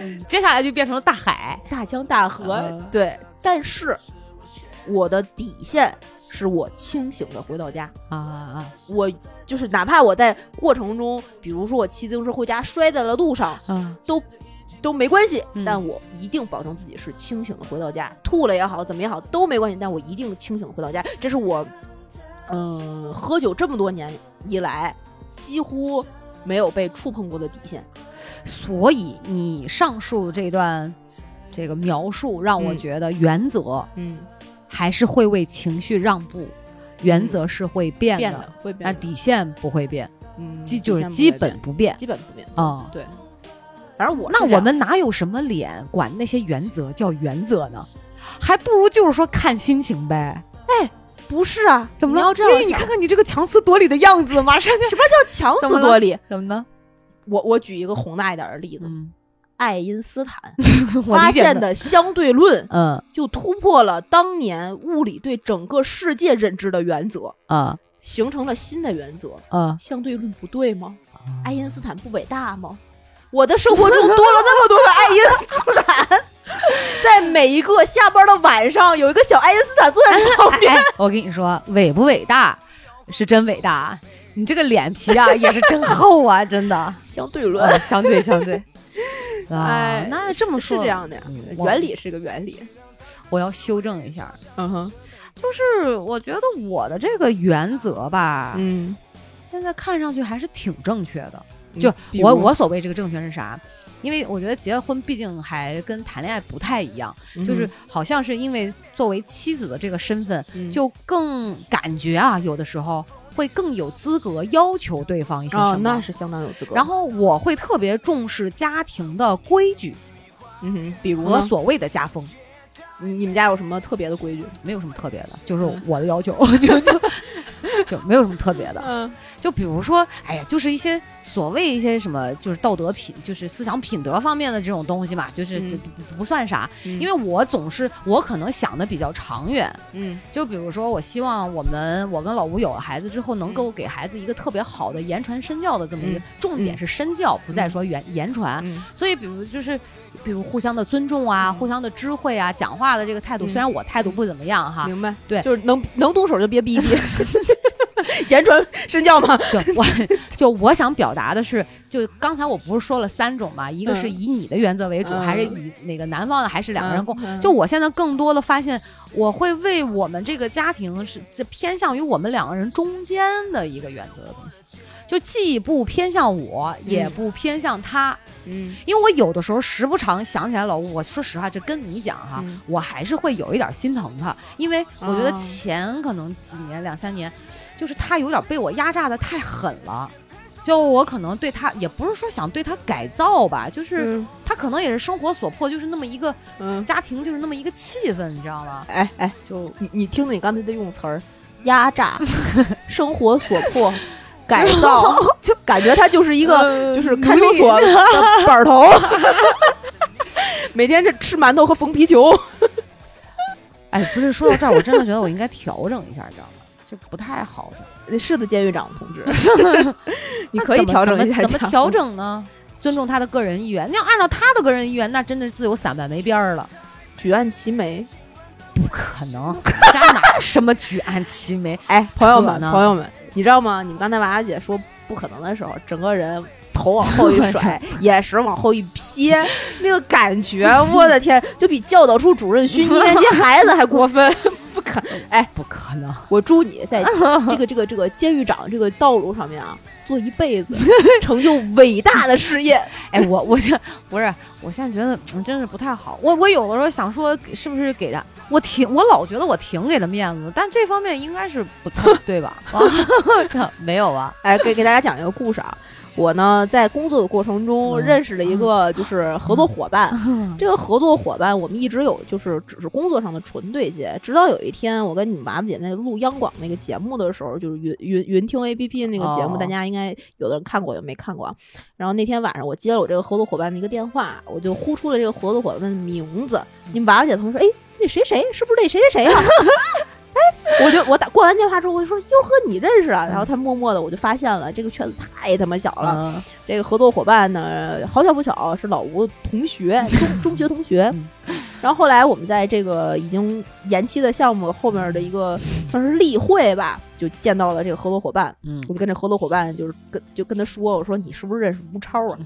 B: 嗯接下来就变成了大海
A: 大江大河，
B: 啊
A: 对。但是我的底线是我清醒的回到家，
B: 啊啊
A: 我就是哪怕我在过程中，比如说我骑自行车回家摔在了路上，
B: 啊！
A: 都没关系，
B: 嗯
A: 但我一定保证自己是清醒的回到家，吐了也好，怎么也好都没关系，但我一定清醒的回到家。这是我，嗯、喝酒这么多年以来，几乎没有被触碰过的底线。
B: 所以你上述这段这个描述，让我
A: 嗯
B: 觉得原则
A: 嗯，
B: 还是会为情绪让步，原则是会变
A: 变
B: 的
A: 的，会
B: 那
A: 变的，
B: 底线不会变，
A: 嗯，
B: 基
A: 底
B: 就是
A: 线不
B: 基
A: 会变
B: 本不变。
A: 基本不变
B: 啊
A: 对，反正我是
B: 那
A: 这
B: 我
A: 样
B: 们哪有什么脸管那些原则叫原则呢？还不如就是说看心情呗。
A: 不是啊，
B: 怎么了？
A: 你要这样
B: 玉你
A: 想
B: 看看你这个强词夺理的样子，马上就
A: 什么叫强
B: 怎么
A: 词
B: 了
A: 夺理？
B: 怎么 呢？
A: 我我举一个宏大一点的例子，
B: 嗯，
A: 爱因斯坦
B: 我
A: 发
B: 理解
A: 现，的相对论，
B: 嗯
A: 就突破了当年物理对整个世界认知的原则，
B: 啊
A: 形成了新的原则。
B: 啊，
A: 相对论不对吗？
B: 啊
A: 爱因斯坦不伟大吗？我的生活中多了那么多个爱因斯坦， 在每一个下班的晚上，有一个小爱因斯坦坐在旁边。
B: 哎， 我跟你说，伟不伟大是真伟大，啊你这个脸皮 啊也是真厚啊，真的。
A: 相对论，
B: 啊，相对相对。 啊
A: 哎，，
B: 那
A: 是
B: 这么
A: 是
B: 说
A: 这，样的呀
B: 嗯，我
A: 原理是个原理。
B: 我要修正一下，
A: 嗯哼，
B: 就是我觉得我的这个原则吧，
A: 嗯，
B: 现在看上去还是挺正确的。
A: 嗯
B: 就
A: 比
B: 我
A: 如
B: 我所谓这个正确是啥？因为我觉得结婚毕竟还跟谈恋爱不太一样，就是好像是因为作为妻子的这个身份，
A: 嗯
B: 就更感觉啊，有的时候会更有资格要求对方一些
A: 哦
B: 什，
A: 那
B: 么。
A: 是相当有资格。
B: 然，后我会特别重视家庭的规矩
A: 嗯哼，比如
B: 和
A: 呢，
B: 所谓的家风，
A: 你你们家有什么特别的规矩？
B: 没有什么特别的，就是
A: 嗯
B: 我的要求， 就就就没有什么特别的。
A: 嗯
B: 就比如说，哎呀，就是一些所谓一些什么，就是道德品，就是思想品德方面的这种东西嘛，就是
A: 嗯
B: 就不不算啥。
A: 嗯
B: 因为我总是我可能想的比较长远，
A: 嗯
B: 就比如说，我希望我们我跟老吴有了孩子之后，能够给孩子一个特别好的言传身教的这么一个
A: 嗯
B: 重点是身教，不再说言言传。
A: 嗯
B: 所以，比如就是，比如互相的尊重啊，
A: 嗯
B: 互相的知会啊，讲话的这个态度，
A: 嗯
B: 虽然我态度不怎么样哈，
A: 明白，
B: 对
A: 就是能能动手就别逼逼，言传身教吗？
B: 就我就我想表达的是，就刚才我不是说了三种嘛，一个是
A: 嗯
B: 以你的原则为主，
A: 嗯
B: 还是以那个男方的，还是两个人共。
A: 嗯嗯
B: 就我现在更多的发现，我会为我们这个家庭是这偏向于我们两个人中间的一个原则的东西，就既不偏向我，也不偏向他。
A: 嗯
B: 因为我有的时候时不常想起来老吴，我说实话，这跟你讲哈，
A: 嗯
B: 我还是会有一点心疼他，因为我觉得
A: 哦
B: 前可能几年、两三年，就是他有点被我压榨的太狠了。就我可能对他也不是说想对他改造吧，就是
A: 嗯
B: 他可能也是生活所迫，就是那么一个
A: 嗯，
B: 家庭，就是那么一个气氛，你知道吗？
A: 哎哎，
B: 就
A: 你你听听你刚才的用词儿，压榨， 生活所迫。改造就感觉他就是一个就是看守所 的板儿头，每天这吃馒头和缝皮球。
B: 哎，不是说到这儿，我真的觉得我应该调整一下，你知道吗？就不太好整。
A: 是的，监狱长同志， 你
B: 那
A: 可以
B: 怎么
A: 调整
B: 怎
A: 一
B: 么
A: 下
B: 怎么
A: 讲
B: 调整呢？ 尊重他的个人意愿，你要按照他的个人意愿，那真的是自由散漫没边儿了。
A: 举案齐眉。
B: 不可能，家哪有什么举案齐眉？
A: 哎，朋友
B: 扯
A: 们，
B: 呢
A: 朋友们，你知道吗？你们刚才娃娃姐说不可能的时候，整个人头往后一
B: 我
A: 甩，眼神往后一瞥，那个感觉，我的天，就比教导处主任训一年级孩子还过 分。不可，
B: 不可能，
A: 我祝你在这个这个这个监狱长这个道路上面啊，做一辈 子，成就伟大的事业。
B: 哎，我我这不是，我现在觉得嗯真是不太好。我我有的时候想说，是不是给他我挺我老觉得我挺给他面子，但这方面应该是不 太对吧？啊没有啊 吧？
A: 哎，给给大家讲一个故事啊。我呢，在工作的过程中
B: 嗯
A: 认识了一个就是合作伙伴，这个合作伙伴我们一直有就是只是工作上的纯对接，直到有一天我跟你们娃娃姐那录央广那个节目的时候，就是云云云听 A P P 那个节目，
B: 哦
A: 大家应该有的人看过，有没看过啊。然后那天晚上我接了我这个合作伙伴的一个电话，我就呼出了这个合作伙伴的名字，
B: 嗯
A: 你们娃娃姐同事说，哎，那谁谁是不是那谁谁谁呀、 哎，我就我打挂完电话之后，我就说哟呵，你认识啊？然后他默默的我就发现了，这个圈子太他妈小了。
B: 嗯，
A: 这个合作伙伴呢，好巧不巧是老吴同学，中中学同学
B: 嗯。
A: 然后后来我们在这个已经延期的项目后面的一个算是例会吧，就见到了这个合作伙伴。
B: 嗯
A: 我就跟这合作伙伴就是跟就跟他说，我说你是不是认识吴超啊？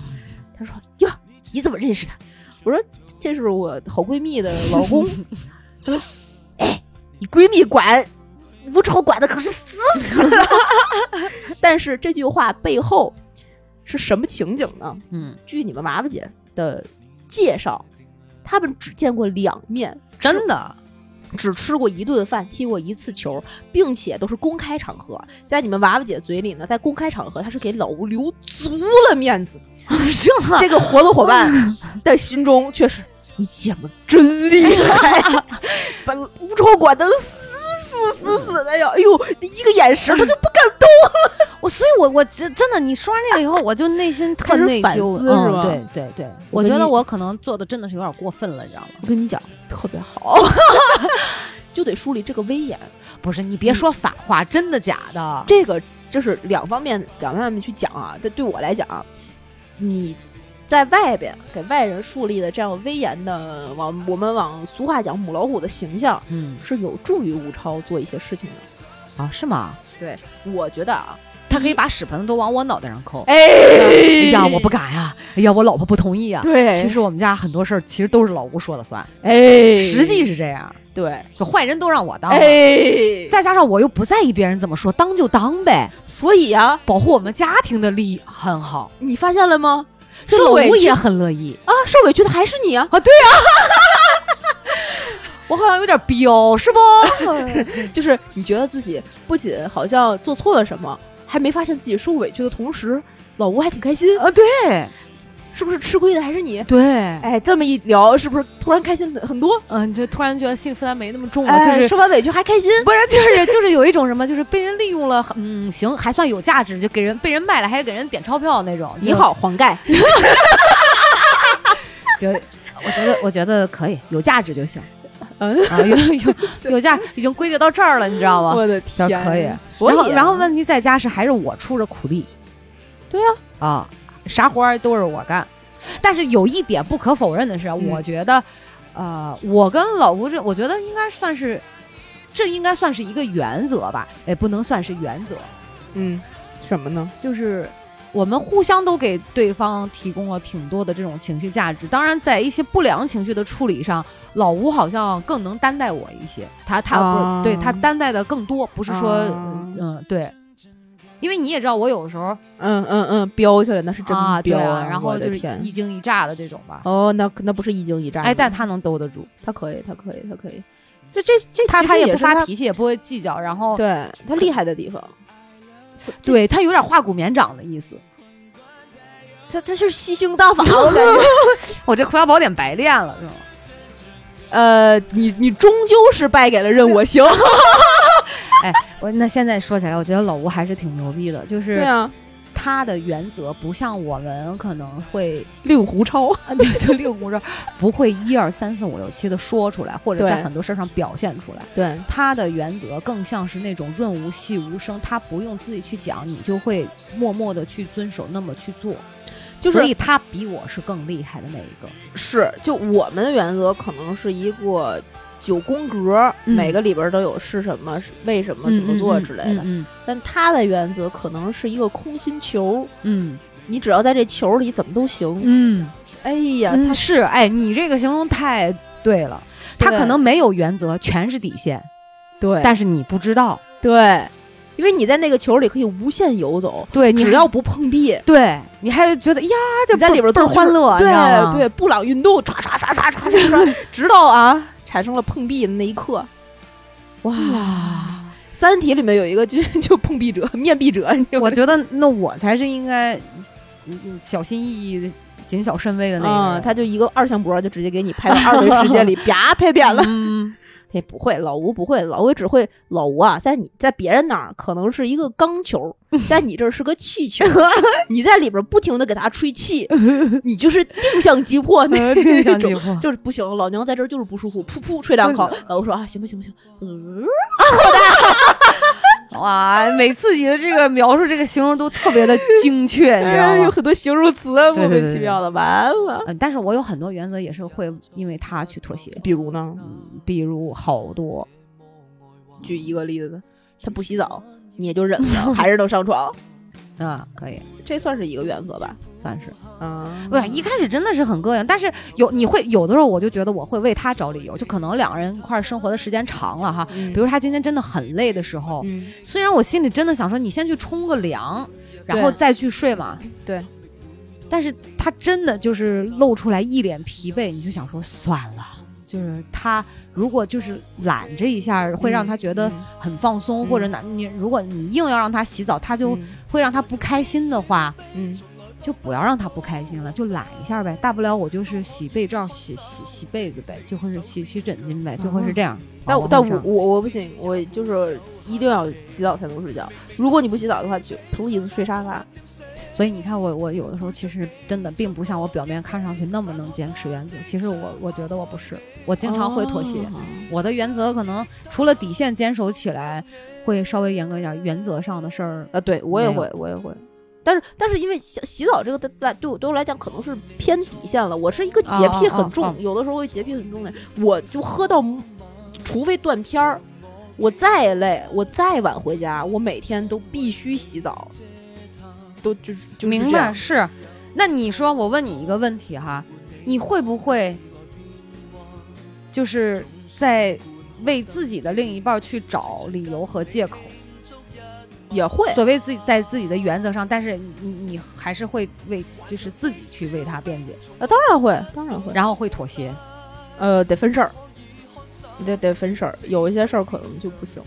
A: 他说哟，你怎么认识他？我说这是我好闺蜜的老公。他说哎，你闺蜜管吴超管的可是死死的。 但是这句话背后是什么情景呢？
B: 嗯，
A: 据你们娃娃姐的介绍，他们只见过两面，
B: 真的，
A: 只吃过一顿饭，踢过一次球，并且都是公开场合。在你们娃娃姐嘴里呢，在公开场合，她是给老吴留足了面 子。
B: 是 吗？
A: 这个合作伙伴 在心中却是你姐们真厉害， 把吴超管的死死死死的呀！哎呦，一个眼神他就不敢动。
B: 我所以我，我真真的，你说完这个以后，我就内心特
A: 开始
B: 内
A: 反
B: 疚，
A: 思是
B: 嗯，
A: 吧
B: 对对对，
A: 我
B: 我
A: 跟
B: 觉得
A: 你
B: 我可能做的真的是有点过分了，你知道吗？
A: 我跟你讲，特别好， 就得树立这个威严。
B: 不是，你别说反话，真的假的？
A: 这个就是两方面两方面去讲啊。对对我来讲啊，你在外边给外人树立的这样威严的往我们往俗话讲母老虎的形象，
B: 嗯
A: 是有助于吴超做一些事情的。
B: 啊，是吗？
A: 对，我觉得啊，
B: 他可以把屎盆子都往我脑袋上扣。
A: 哎
B: 哎呀，我不敢呀、哎呀，我老婆不同意啊。
A: 对
B: 其实我们家很多事儿其实都是老吴说了算，
A: 哎，
B: 实际啊是这样，
A: 对，
B: 就坏人都让我当了。
A: 哎，
B: 再加上我又不在意别人怎么说，当就当呗，
A: 所以啊，
B: 保护我们家庭的利益很好。
A: 你发现了吗？
B: 所以
A: 受委
B: 老吴
A: 屈
B: 也很乐意。
A: 啊，受委屈的还是你啊！
B: 我好像有点彪，是不？
A: 就是你觉得自己不仅好像做错了什么，还没发现自己受委屈的同时，老吴还挺开心，
B: 啊，对
A: 是不是吃亏的还是你？
B: 对，
A: 哎，这么一聊，是不是突然开心很多？
B: 嗯，就突然觉得心理负担没那么重了，
A: 哎，
B: 就是
A: 受完委屈还开心，
B: 不是，就是就是有一种什么，就是被人利用了，嗯，行，还算有价值，就给人被人卖了，还给人点钞票那种。
A: 你，好，黄 盖。
B: 就我觉得我觉得可以，有价值就行。
A: 嗯
B: 啊，有有有价，已经归结到这儿了，你知道吗？
A: 的
B: 这可以。
A: 所以
B: 然
A: 啊
B: 后，然后问题在家是还是我出着苦力？
A: 对呀
B: 啊，啥活儿都是我干。但是有一点不可否认的是，啊
A: 嗯
B: 我觉得，呃，我跟老吴这，我哎觉得应该算是，这应该算是一个原则吧，也不能算是原则，
A: 嗯，什么呢？
B: 就是我们互相都给对方提供了挺多的这种情绪价值。当然，在一些不良情绪的处理上，老吴好像更能担待我一些，他他、
A: 啊
B: 不是对他担待的更多，不是说、
A: 啊
B: 嗯对，因为你也知道我有时候
A: 嗯嗯嗯，飙起来那是真
B: 啊对
A: 飙
B: 啊，然
A: 我
B: 后
A: 的
B: 就是
A: 天
B: 一惊一乍的这种吧。
A: 哦，那那不是一惊一乍的，
B: 哎，但他能兜得住，
A: 他可以，他可以，他可以，这这这
B: 他
A: 其
B: 他
A: 实
B: 哎也
A: 也
B: 不
A: 是
B: 发
A: 他，
B: 脾气，也不会计较，然后
A: 对他厉害的地方，
B: 对他有点化骨绵掌的意 思。
A: 他他是吸星大法，我感觉。
B: 我这《葵花宝典》白练了是吗？
A: 呃，你你终究是败给了任我 行，
B: 我那现在说起来，我觉得老吴还是挺牛逼的，就是
A: 啊，
B: 他的原则不像我们可能会，
A: 令狐超，
B: 啊、对，就六公这不会一二三四五六七的说出来，或者
A: 对
B: 在很多事儿上表现出来。
A: 对
B: 他的原则更像是那种润无细无声，他不用自己去讲，你就会默默的去遵守，那么去做。
A: 就是
B: 所以他比我是更厉害的那一个。
A: 是，就我们的原则可能是一个九宫格，
B: 嗯
A: 每个里边都有是什么、是为什么、怎么做之类的。
B: 嗯
A: 但他的原则可能是一个空心球，
B: 嗯
A: 你只要在这球里怎么都行。
B: 嗯
A: 哎呀，
B: 嗯，
A: 他
B: 是哎，你这个形容太对了。他
A: 对
B: 可能没有原则，全是底线，
A: 对
B: 但是你不知道。
A: 对，因为你在那个球里可以无限游走，
B: 对，你
A: 只要不碰壁，
B: 对你还觉得呀，这
A: 你在
B: 倍儿
A: 里边
B: 倍儿
A: 做
B: 欢乐，你知道吗
A: 对对，布朗运动，唰唰唰唰唰唰 唰，直到啊产生了碰壁的那一刻。哇，
B: 哇！
A: 《三体》里面有一个就 就碰壁者、面壁者，你就
B: 我觉得那我才是应该嗯嗯小心翼翼、谨小慎微的那个
A: 嗯，
B: 人。
A: 他就一个二向箔就直接给你拍到二维世界 里，啪拍扁了。
B: 嗯，
A: 也不会，老吴不会，老吴只会老吴啊，在你在别人那儿可能是一个钢球， 在你这儿是 个气球，你在里边不停的给他吹气，你就是定向击破 那
B: 定向击
A: 种。
B: 破。
A: 就是不行，老娘在这儿就是不舒服，噗噗吹两口。老吴说啊，行不行不行，嗯，
B: 哇，每次你的这个描述、这个形容都特别的精确，你知道
A: 哎 有
B: 吗？
A: 很多形容词，
B: 对
A: 莫
B: 对
A: 名其妙的，完了。
B: 嗯，但是我有很多原则也是会因为他去妥协，
A: 比如呢，
B: 比如好多
A: 举一个例子，他不洗澡，你也就忍 了，还是能上床，
B: 啊，可以
A: 这算是一个原则吧？
B: 算是。
A: 嗯，
B: 不是一开始真的是很膈应，但是有你会有的时候，我就觉得我会为他找理由，就可能两个人一块儿生活的时间长了哈，
A: 嗯
B: 比如他今天真的很累的时候，
A: 嗯，
B: 虽然我心里真的想说你先去冲个凉，然后
A: 对
B: 再去睡嘛，
A: 对，
B: 但是他真的就是露出来一脸疲惫，你就想说算了。就是他如果就是懒这一下，会让他觉得
A: 嗯
B: 很放松，
A: 嗯
B: 或者哪你如果你硬要让他洗澡，他就
A: 嗯
B: 会让他不开心的话，
A: 嗯
B: 就不要让他不开心了，就懒一下呗，大不了我就是洗被罩、洗洗洗被子呗，就会是洗洗枕巾呗，就会是这样。
A: 但
B: 哦
A: 我但
B: 这
A: 我
B: 样
A: 我我不行，我就是一定要洗澡才能睡觉。如果你不洗澡的话，就 please 睡沙发。
B: 所以你看我我有的时候其实真的并不像我表面看上去那么能坚持原则，其实我我觉得我不是，我经常会妥协。
A: 哦
B: 我的原则可能除了底线坚守起来，会稍微严格一点，原则上的事儿。
A: 啊，对我也
B: 没有
A: 会，我也会。但是但是因为洗洗澡这个在对我对我来讲可能是偏底线了，我是一个洁癖
B: 哦哦
A: 很重，
B: 哦
A: 有的时候会洁癖很重的人，我就喝到，除非断片儿，我再累，我再晚回家，我每天都必须洗澡，都就是就是
B: 明
A: 这
B: 白
A: 样
B: 是？那你说，我问你一个问题哈，你会不会就是在为自己的另一半去找理由和借口？
A: 也会
B: 所谓自己在自己的原则上，但是你你你还是会为就是自己去为他辩解，
A: 啊，当然会，当然会。
B: 然后会妥协。
A: 呃，得分事儿，得得分事儿。有一些事儿可能就不行，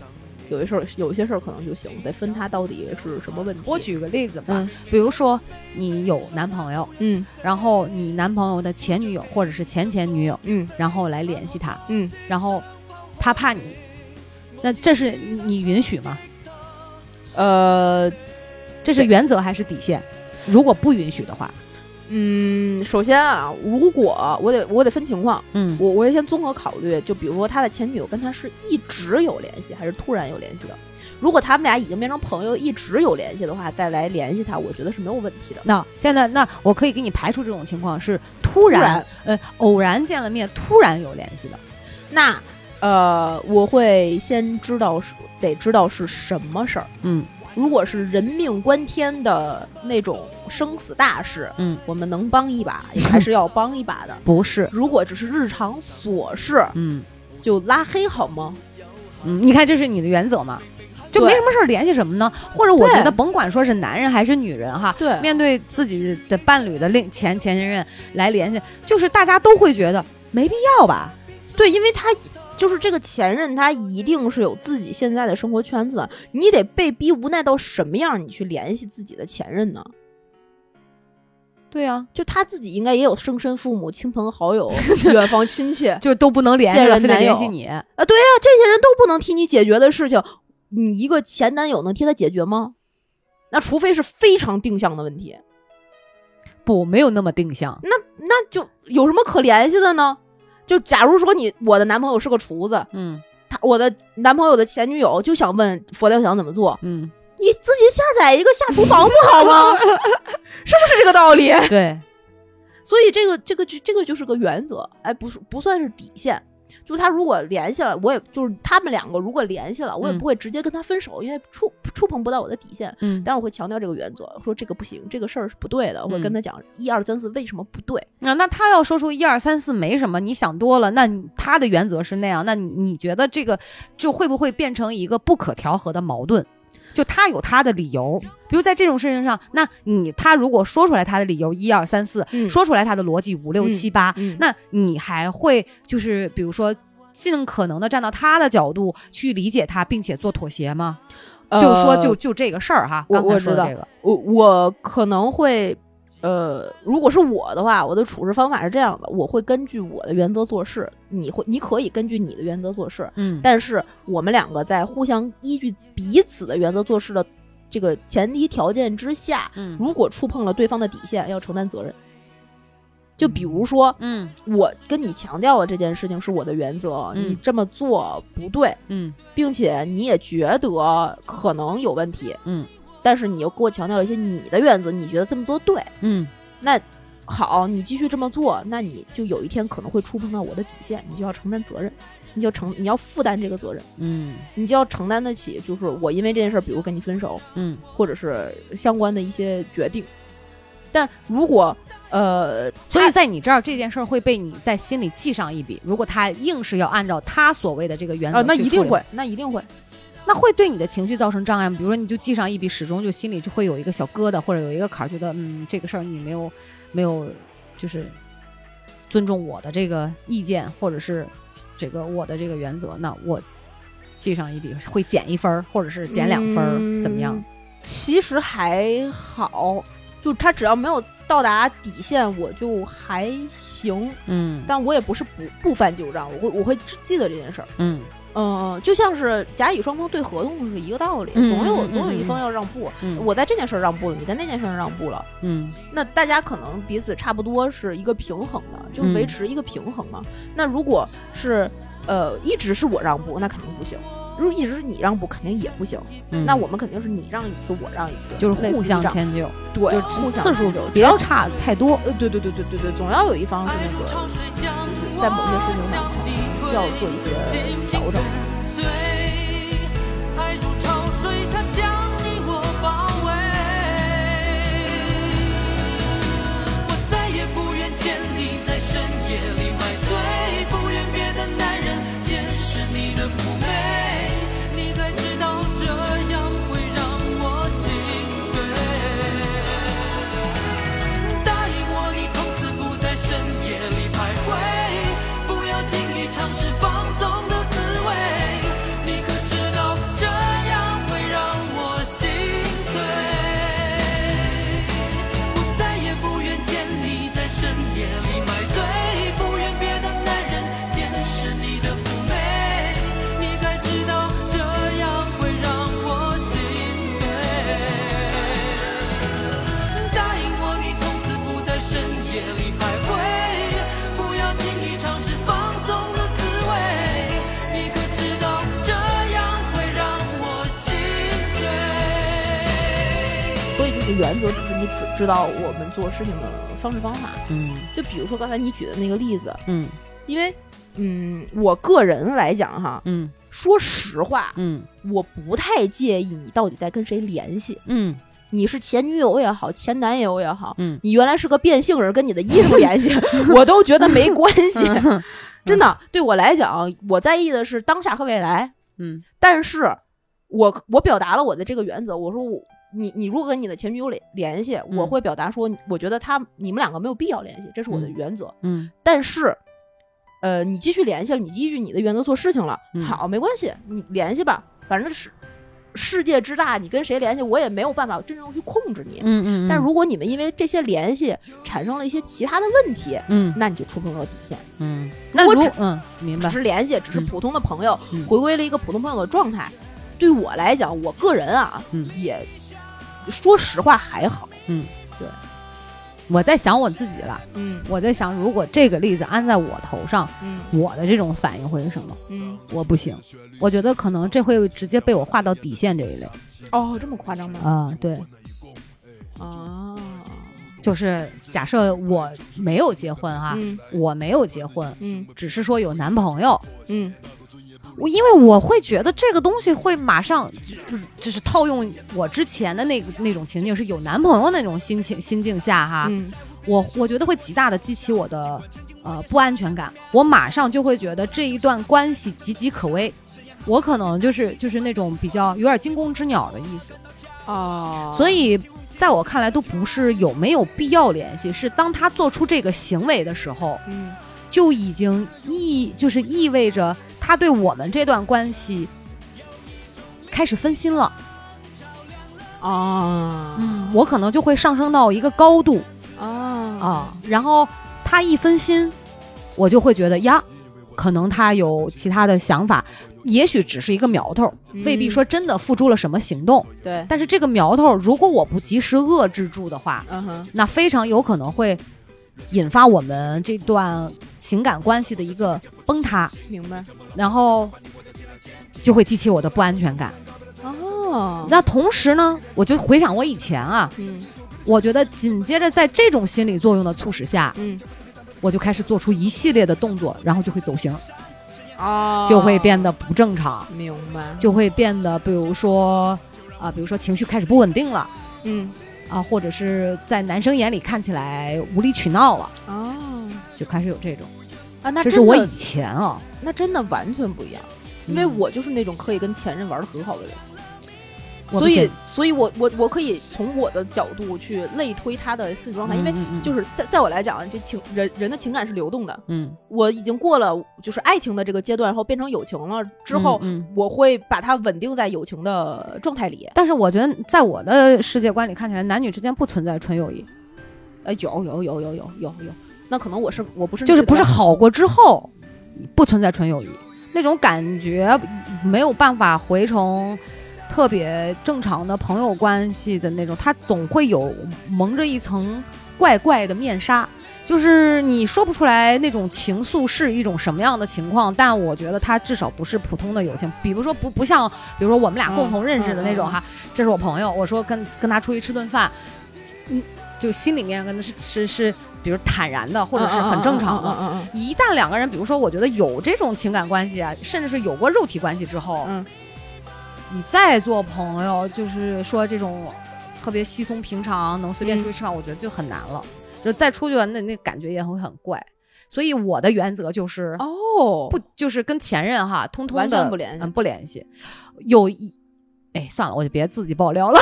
A: 有一事儿有一些事儿可能就行，得分它到底是什么问题。
B: 我举个例子吧，
A: 嗯
B: 比如说你有男朋友，
A: 嗯
B: 然后你男朋友的前女友或者是前前女友，
A: 嗯
B: 然后来联系他，
A: 嗯，
B: 然后他怕你，那这是你你允许吗？
A: 呃
B: 这是原则还是底线？如果不允许的话，
A: 嗯，首先啊，如果我得我得分情况，
B: 嗯
A: 我我得先综合考虑，就比如说他的前女友跟他是一直有联系，还是突然有联系的。如果他们俩已经变成朋友，一直有联系的话，再来联系他，我觉得是没有问题的。
B: 那现在那我可以给你排除这种情况，是突然呃偶然见了面，突然有联系的。
A: 那呃，我会先知道是得知道是什么事儿。
B: 嗯，
A: 如果是人命关天的那种生死大事，
B: 嗯，。
A: 我们能帮一把，也还是要帮一把的
B: 不是，
A: 如果只是日常琐事，
B: 嗯
A: 就拉黑好吗？
B: 嗯，你看这是你的原则嘛，就没
A: 对
B: 什么事儿联系什么呢？或者我
A: 对
B: 觉得甭管说是男人还是女人哈，
A: 对
B: 面对自己的伴侣的另前前任来联系，就是大家都会觉得没必要吧？
A: 对，因为他就是这个前任，他一定是有自己现在的生活圈子的，你得被逼无奈到什么样，你去联系自己的前任呢？
B: 对呀、
A: 就他自己应该也有生身父母、亲朋好友、远房亲戚啊，
B: 就是都不能联系
A: 现
B: 了，
A: 任
B: 非得
A: 男
B: 联
A: 友
B: 系你。
A: 啊对呀、这些人都不能替你解决的事情，你一个前男友能替他解决吗？那除非是非常定向的问题，
B: 不，没有那么定向。
A: 那那就有什么可联系的呢？就假如说你我的男朋友是个厨子，
B: 嗯
A: 他我的男朋友的前女友就想问佛跳墙怎么做，
B: 嗯，
A: 你自己下载一个下厨房不好吗？ 是不是这个道理？
B: 对，
A: 所以这个这个就这个就是个原则，哎，不是不算是底线。就他如果联系了，我也就是他们两个如果联系了，我也
B: 嗯
A: 不会直接跟他分手，因为触触碰不到我的底线。
B: 嗯，
A: 但是我会强调这个原则，说这个不行，这个事儿是不对的。我会跟他讲一二三四为什么不对。
B: 啊那、那他要说出一二三四没什么，你想多了。那你他的原则是那样，那你你觉得这个就会不会变成一个不可调和的矛盾？就他有他的理由，比如在这种事情上，那你他如果说出来他的理由一二三四，
A: 嗯
B: 说出来他的逻辑五六
A: 嗯
B: 七八，
A: 嗯
B: 那你还会就是比如说尽可能的站到他的角度去理解他，并且做妥协吗？就说就就这个事儿哈，
A: 呃我
B: 刚才
A: 我知
B: 说的
A: 道
B: 这个，
A: 我我可能会，呃，如果是我的话，我的处事方法是这样的：我会根据我的原则做事，你会你可以根据你的原则做事，
B: 嗯，
A: 但是我们两个在互相依据彼此的原则做事的这个前提条件之下，
B: 嗯
A: 如果触碰了对方的底线，要承担责任。就比如说，
B: 嗯
A: 我跟你强调了这件事情是我的原则，
B: 嗯
A: 你这么做不对，
B: 嗯
A: 并且你也觉得可能有问题，
B: 嗯，
A: 但是你又给我强调了一些你的原则，你觉得这么做对，
B: 嗯
A: 那好，你继续这么做，那你就有一天可能会触碰到我的底线，你就要承担责任，你就承你要负担这个责任，
B: 嗯
A: 你就要承担得起，就是我因为这件事儿，比如跟你分手，
B: 嗯
A: 或者是相关的一些决定。但如果呃，
B: 所以
A: 他
B: 在你这儿这件事儿会被你在心里记上一笔。如果他硬是要按照他所谓的这个原则、
A: 啊，那一定，会，那一定会，
B: 那会对你的情绪造成障碍吗。比如说，你就记上一笔，始终就心里就会有一个小疙瘩，或者有一个坎儿，觉得嗯，这个事儿你没有没有就是尊重我的这个意见，或者是这个我的这个原则，那我记上一笔会减一分儿，或者是减两分儿，怎么样
A: 嗯？？其实还好，就他只要没有到达底线，我就还行。
B: 嗯
A: 但我也不是不不翻旧账，我会我会记记得这件事儿。
B: 嗯
A: 嗯、就像是甲乙双方对合同是一个道理，
B: 嗯
A: 总有
B: 嗯嗯
A: 总有
B: 嗯
A: 一
B: 嗯
A: 方要让步。
B: 嗯
A: 我在这件事儿让步了，你在那件事儿让步了，
B: 嗯
A: 那大家可能彼此差不多是一个平衡的，就
B: 嗯
A: 维持一个平衡嘛。那如果是呃一直是我让步，那肯定不行；如果一直是你让步，肯定也不行。
B: 嗯，
A: 那我们肯定是你让一次，我让一次，
B: 就是
A: 类似
B: 互
A: 于
B: 相
A: 这样
B: 迁就。
A: 对，
B: 就
A: 互相
B: 次数
A: 迁就
B: 不
A: 只要
B: 要差太多。
A: 呃，对对对对对对，总要有一方是那个，就是在某些事情上可能要做一些调整。
D: 随，爱如潮水，它将你我包围。我再也不愿见你在深夜里买醉，不愿别的男人监视你的妩媚。你该知道这样会让我心碎。答应我，你从此不在深夜里徘徊，不要轻易尝试放纵的滋味。你可知道这样会让我心碎？我再也不愿见你在深夜里买醉，不愿别的男人监视你的妩媚。你该知道这样会让我心碎。答应我，你从此不在深夜里徘徊，不要轻易尝试放纵的滋味。你可知道这样会让我心碎？
A: 所以这个原则只是你只知道我们做事情的方式方法。
B: 嗯
A: 就比如说刚才你举的那个例子，
B: 嗯
A: 因为嗯，我个人来讲哈，
B: 嗯
A: 说实话，
B: 嗯
A: 我不太介意你到底在跟谁联系，
B: 嗯
A: 你是前女友也好，前男友也好，
B: 嗯
A: 你原来是个变性人，跟你的衣服联系， 我都觉得没关系。真的，对我来讲，我在意的是当下和未来。
B: 嗯
A: 但是我我表达了我的这个原则，我说我你你如果跟你的前女友联联系，我
B: 嗯
A: 会表达说，我觉得他你们两个没有必要联系，这是我的
B: 嗯
A: 原则。
B: 嗯
A: 但是，呃，你继续联系了，你依据你的原则做事情了，
B: 嗯
A: 好，没关系，你联系吧，反正是世界之大，你跟谁联系，我也没有办法真正去控制你。
B: 嗯嗯，
A: 但如果你们因为这些联系产生了一些其他的问题，
B: 嗯
A: 那你就触碰到底线。
B: 嗯，那
A: 我
B: 如
A: 只
B: 嗯明
A: 只
B: 白，
A: 是联系，只是
B: 嗯
A: 普通的朋友，
B: 嗯
A: 回归了一个普通朋友的状态。对我来讲，我个人啊，
B: 嗯
A: 也说实话还好。
B: 我在想我自己了，
A: 嗯
B: 我在想如果这个例子安在我头上，
A: 嗯
B: 我的这种反应会是什么？
A: 嗯，
B: 我不行，我觉得可能这会直接被我划到底线这一类
A: 哦，这么夸张吗？
B: 啊、对，
A: 啊，
B: 就是假设我没有结婚哈、
A: 嗯
B: 我没有结婚，
A: 嗯
B: 只是说有男朋友，
A: 嗯
B: 我因为我会觉得这个东西会马上，就是就是套用我之前的那个那种情境，是有男朋友那种心情心境下哈，
A: 嗯
B: 我我觉得会极大的激起我的呃不安全感，我马上就会觉得这一段关系岌岌可危。我可能就是就是那种比较有点惊弓之鸟的意思，
A: 哦，
B: 所以在我看来都不是有没有必要联系，是当他做出这个行为的时候，
A: 嗯
B: 就已经意就是意味着他对我们这段关系开始分心了。
A: 啊
B: 嗯，我可能就会上升到一个高度
A: 啊
B: 啊，然后他一分心，我就会觉得呀，可能他有其他的想法，也许只是一个苗头，
A: 嗯
B: 未必说真的付诸了什么行动。
A: 对，
B: 但是这个苗头，如果我不及时遏制住的话，
A: 嗯哼，
B: 那非常有可能会引发我们这段情感关系的一个崩塌。
A: 明白
B: 然后就会激起我的不安全感。
A: 哦，
B: 那同时呢，我就回想我以前啊，
A: 嗯
B: 我觉得紧接着在这种心理作用的促使下，
A: 嗯
B: 我就开始做出一系列的动作，然后就会走形，
A: 哦，
B: 就会变得不正常，
A: 明白，
B: 就会变得比如说啊、比如说情绪开始不稳定了。
A: 嗯
B: 啊，或者是在男生眼里看起来无理取闹了，
A: 哦
B: 就开始有这种。
A: 啊，那真
B: 这是
A: 的
B: 我以前啊，
A: 那真的完全不一样，因为
B: 嗯
A: 我就是那种可以跟前任玩的很好的人，
B: 我
A: 所
B: 不
A: 以
B: 行，
A: 所以我我我可以从我的角度去类推他的心理状态，因为
B: 嗯嗯嗯
A: 就是在在我来讲，这情人人的情感是流动的，
B: 嗯
A: 我已经过了就是爱情的这个阶段，然后变成友情了之后。
B: 嗯嗯
A: 我会把它稳定在友情的状态里，
B: 但是我觉得，在我的世界观里看起来，男女之间不存在纯友谊，
A: 呃，有有有有有有有，那可能我是我不是
B: 就是
A: 你的
B: 不是好过之后不存在纯友谊，那种感觉没有办法回成特别正常的朋友关系的那种，它总会有蒙着一层怪怪的面纱。就是你说不出来那种情愫是一种什么样的情况，但我觉得它至少不是普通的友情。比如说不不像，比如说我们
A: 嗯
B: 俩共同认识的那种
A: 嗯嗯
B: 哈，这是我朋友，我说跟跟他出去吃顿饭，嗯，就心里面可能是是是，比如坦然的，或者是很正常的。
A: 嗯嗯嗯嗯嗯嗯
B: 一旦两个人，比如说，我觉得有这种情感关系啊，甚至是有过肉体关系之后，
A: 嗯
B: 你再做朋友，就是说这种特别稀松平常，能随
A: 嗯
B: 便出去吃饭，我觉得就很难了。就再出去玩，那那感觉也会很怪。所以我的原则就是，
A: 嗯哦，
B: 不就是跟前任哈，通通
A: 完
B: 的
A: 全不联系
B: 嗯，不联系。有一，哎，算了，我就别自己爆料了，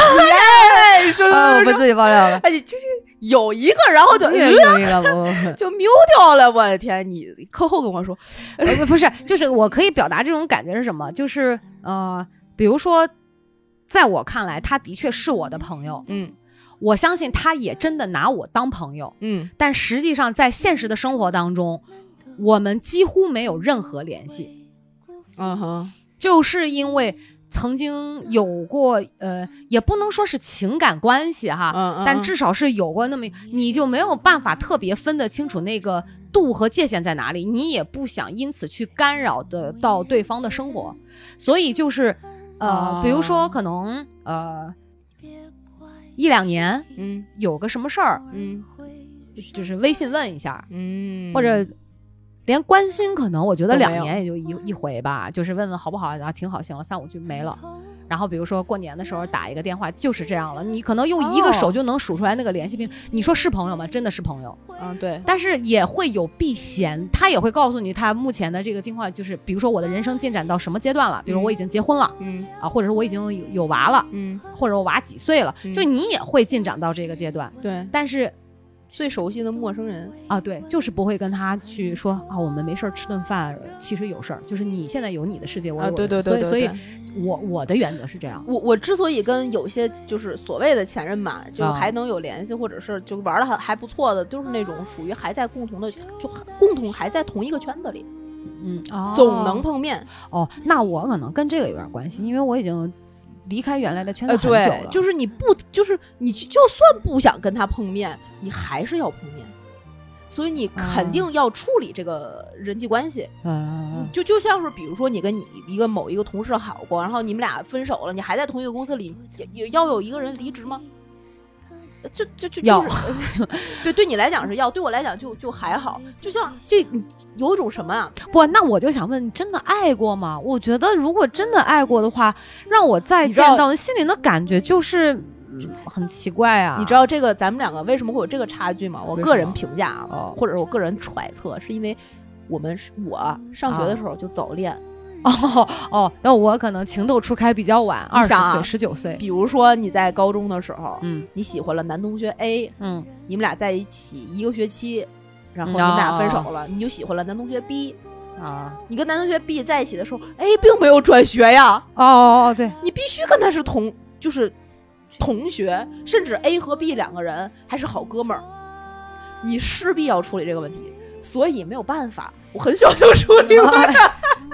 A: 哎， 说
B: 啊我不自己爆料 了。
A: 哎，你就是有一个，然后就、嗯
B: 有一个有一个不
A: 就 mute 掉了，我的天！你课后跟我说，
B: 不呃不不是，就是我可以表达这种感觉是什么？就是呃，比如说，在我看来，他的确是我的朋友，
A: 嗯
B: 我相信他也真的拿我当朋友，
A: 嗯
B: 但实际上在现实的生活当中，我们几乎没有任何联系，
A: 嗯哼，
B: 就是因为曾经有过呃，也不能说是情感关系哈，
A: 嗯嗯，
B: 啊但至少是有过那么，你就没有办法特别分得清楚那个度和界限在哪里，你也不想因此去干扰的到对方的生活，所以就是，呃
A: 啊，
B: 比如说可能呃一两年
A: 嗯
B: 有个什么事儿，
A: 嗯
B: 就是微信问一下，
A: 嗯，
B: 或者连关心可能我觉得
A: 都没
B: 两
A: 有
B: 年也就一一回吧，就是问问好不好，然后挺好，行了，三五句没了。然后比如说过年的时候打一个电话，就是这样了。你可能用一个
A: 哦
B: 手就能数出来那个联系频率，你说是朋友吗？真的是朋友，
A: 嗯，对，
B: 但是也会有避嫌，他也会告诉你他目前的这个境况，就是比如说我的人生进展到什么阶段了，比如
A: 嗯
B: 我已经结婚了
A: 嗯
B: 啊，或者是我已经有有娃了，
A: 嗯，
B: 或者我娃几岁了，
A: 嗯
B: 就你也会进展到这个阶段，
A: 对，
B: 但是
A: 最熟悉的陌生人，
B: 啊，对，就是不会跟他去说啊，我们没事儿吃顿饭，其实有事儿，就是你现在有你的世界，我有
A: 啊
B: 我
A: 对
B: 的
A: 对对对
B: 所以
A: 对
B: 所以我我的原则是这样，
A: 我我之所以跟有些就是所谓的前任嘛，就
B: 啊
A: 还能有联系，或者是就玩的还还不错的，就是那种属于还在共同的，就共同还在同一个圈子里，
B: 嗯，哦
A: 总能碰面。
B: 哦，那我可能跟这个有点关系，因为我已经离开原来的圈子
A: 呃，
B: 很久了，
A: 对，就是你不，就是你去就算不想跟他碰面，你还是要碰面，所以你肯定要处理这个人际关系。
B: 嗯、
A: 就就像是比如说你跟你一个某一个同事好过，然后你们俩分手了，你还在同一个公司里，也也要有一个人离职吗？呃就就就
B: 要
A: 就是 对对你来讲是要，对我来讲就就还好。就像这有一种什么啊，
B: 不，那我就想问，真的爱过吗？我觉得如果真的爱过的话，让我再
A: 你知道
B: 见到心里的感觉就是、嗯很奇怪啊。
A: 你知道这个咱们两个为什么会有这个差距吗？我
B: 为
A: 个
B: 什
A: 人
B: 么
A: 评价啊，
B: 哦
A: 或者是我个人揣测，是因为我们是我上学的时候就早恋，
B: 哦哦，那我可能情窦初开比较晚，二
A: 你
B: 十
A: 想啊
B: 岁、十九岁，
A: 比如说你在高中的时候，
B: 嗯
A: 你喜欢了男同学 A，
B: 嗯
A: 你们俩在一起一个学期，然后
B: 嗯
A: 你们俩分
B: 哦
A: 手了，你就喜欢了男同学 B。
B: 啊
A: 你跟男同学 B 在一起的时候，A 并没有转学呀，
B: 哦哦哦，对，
A: 你必须跟他是同，就是同学，甚至 A 和 B 两个人还是好哥们儿，你势必要处理这个问题，所以没有办法，我很小就处理
B: 啊
A: 了，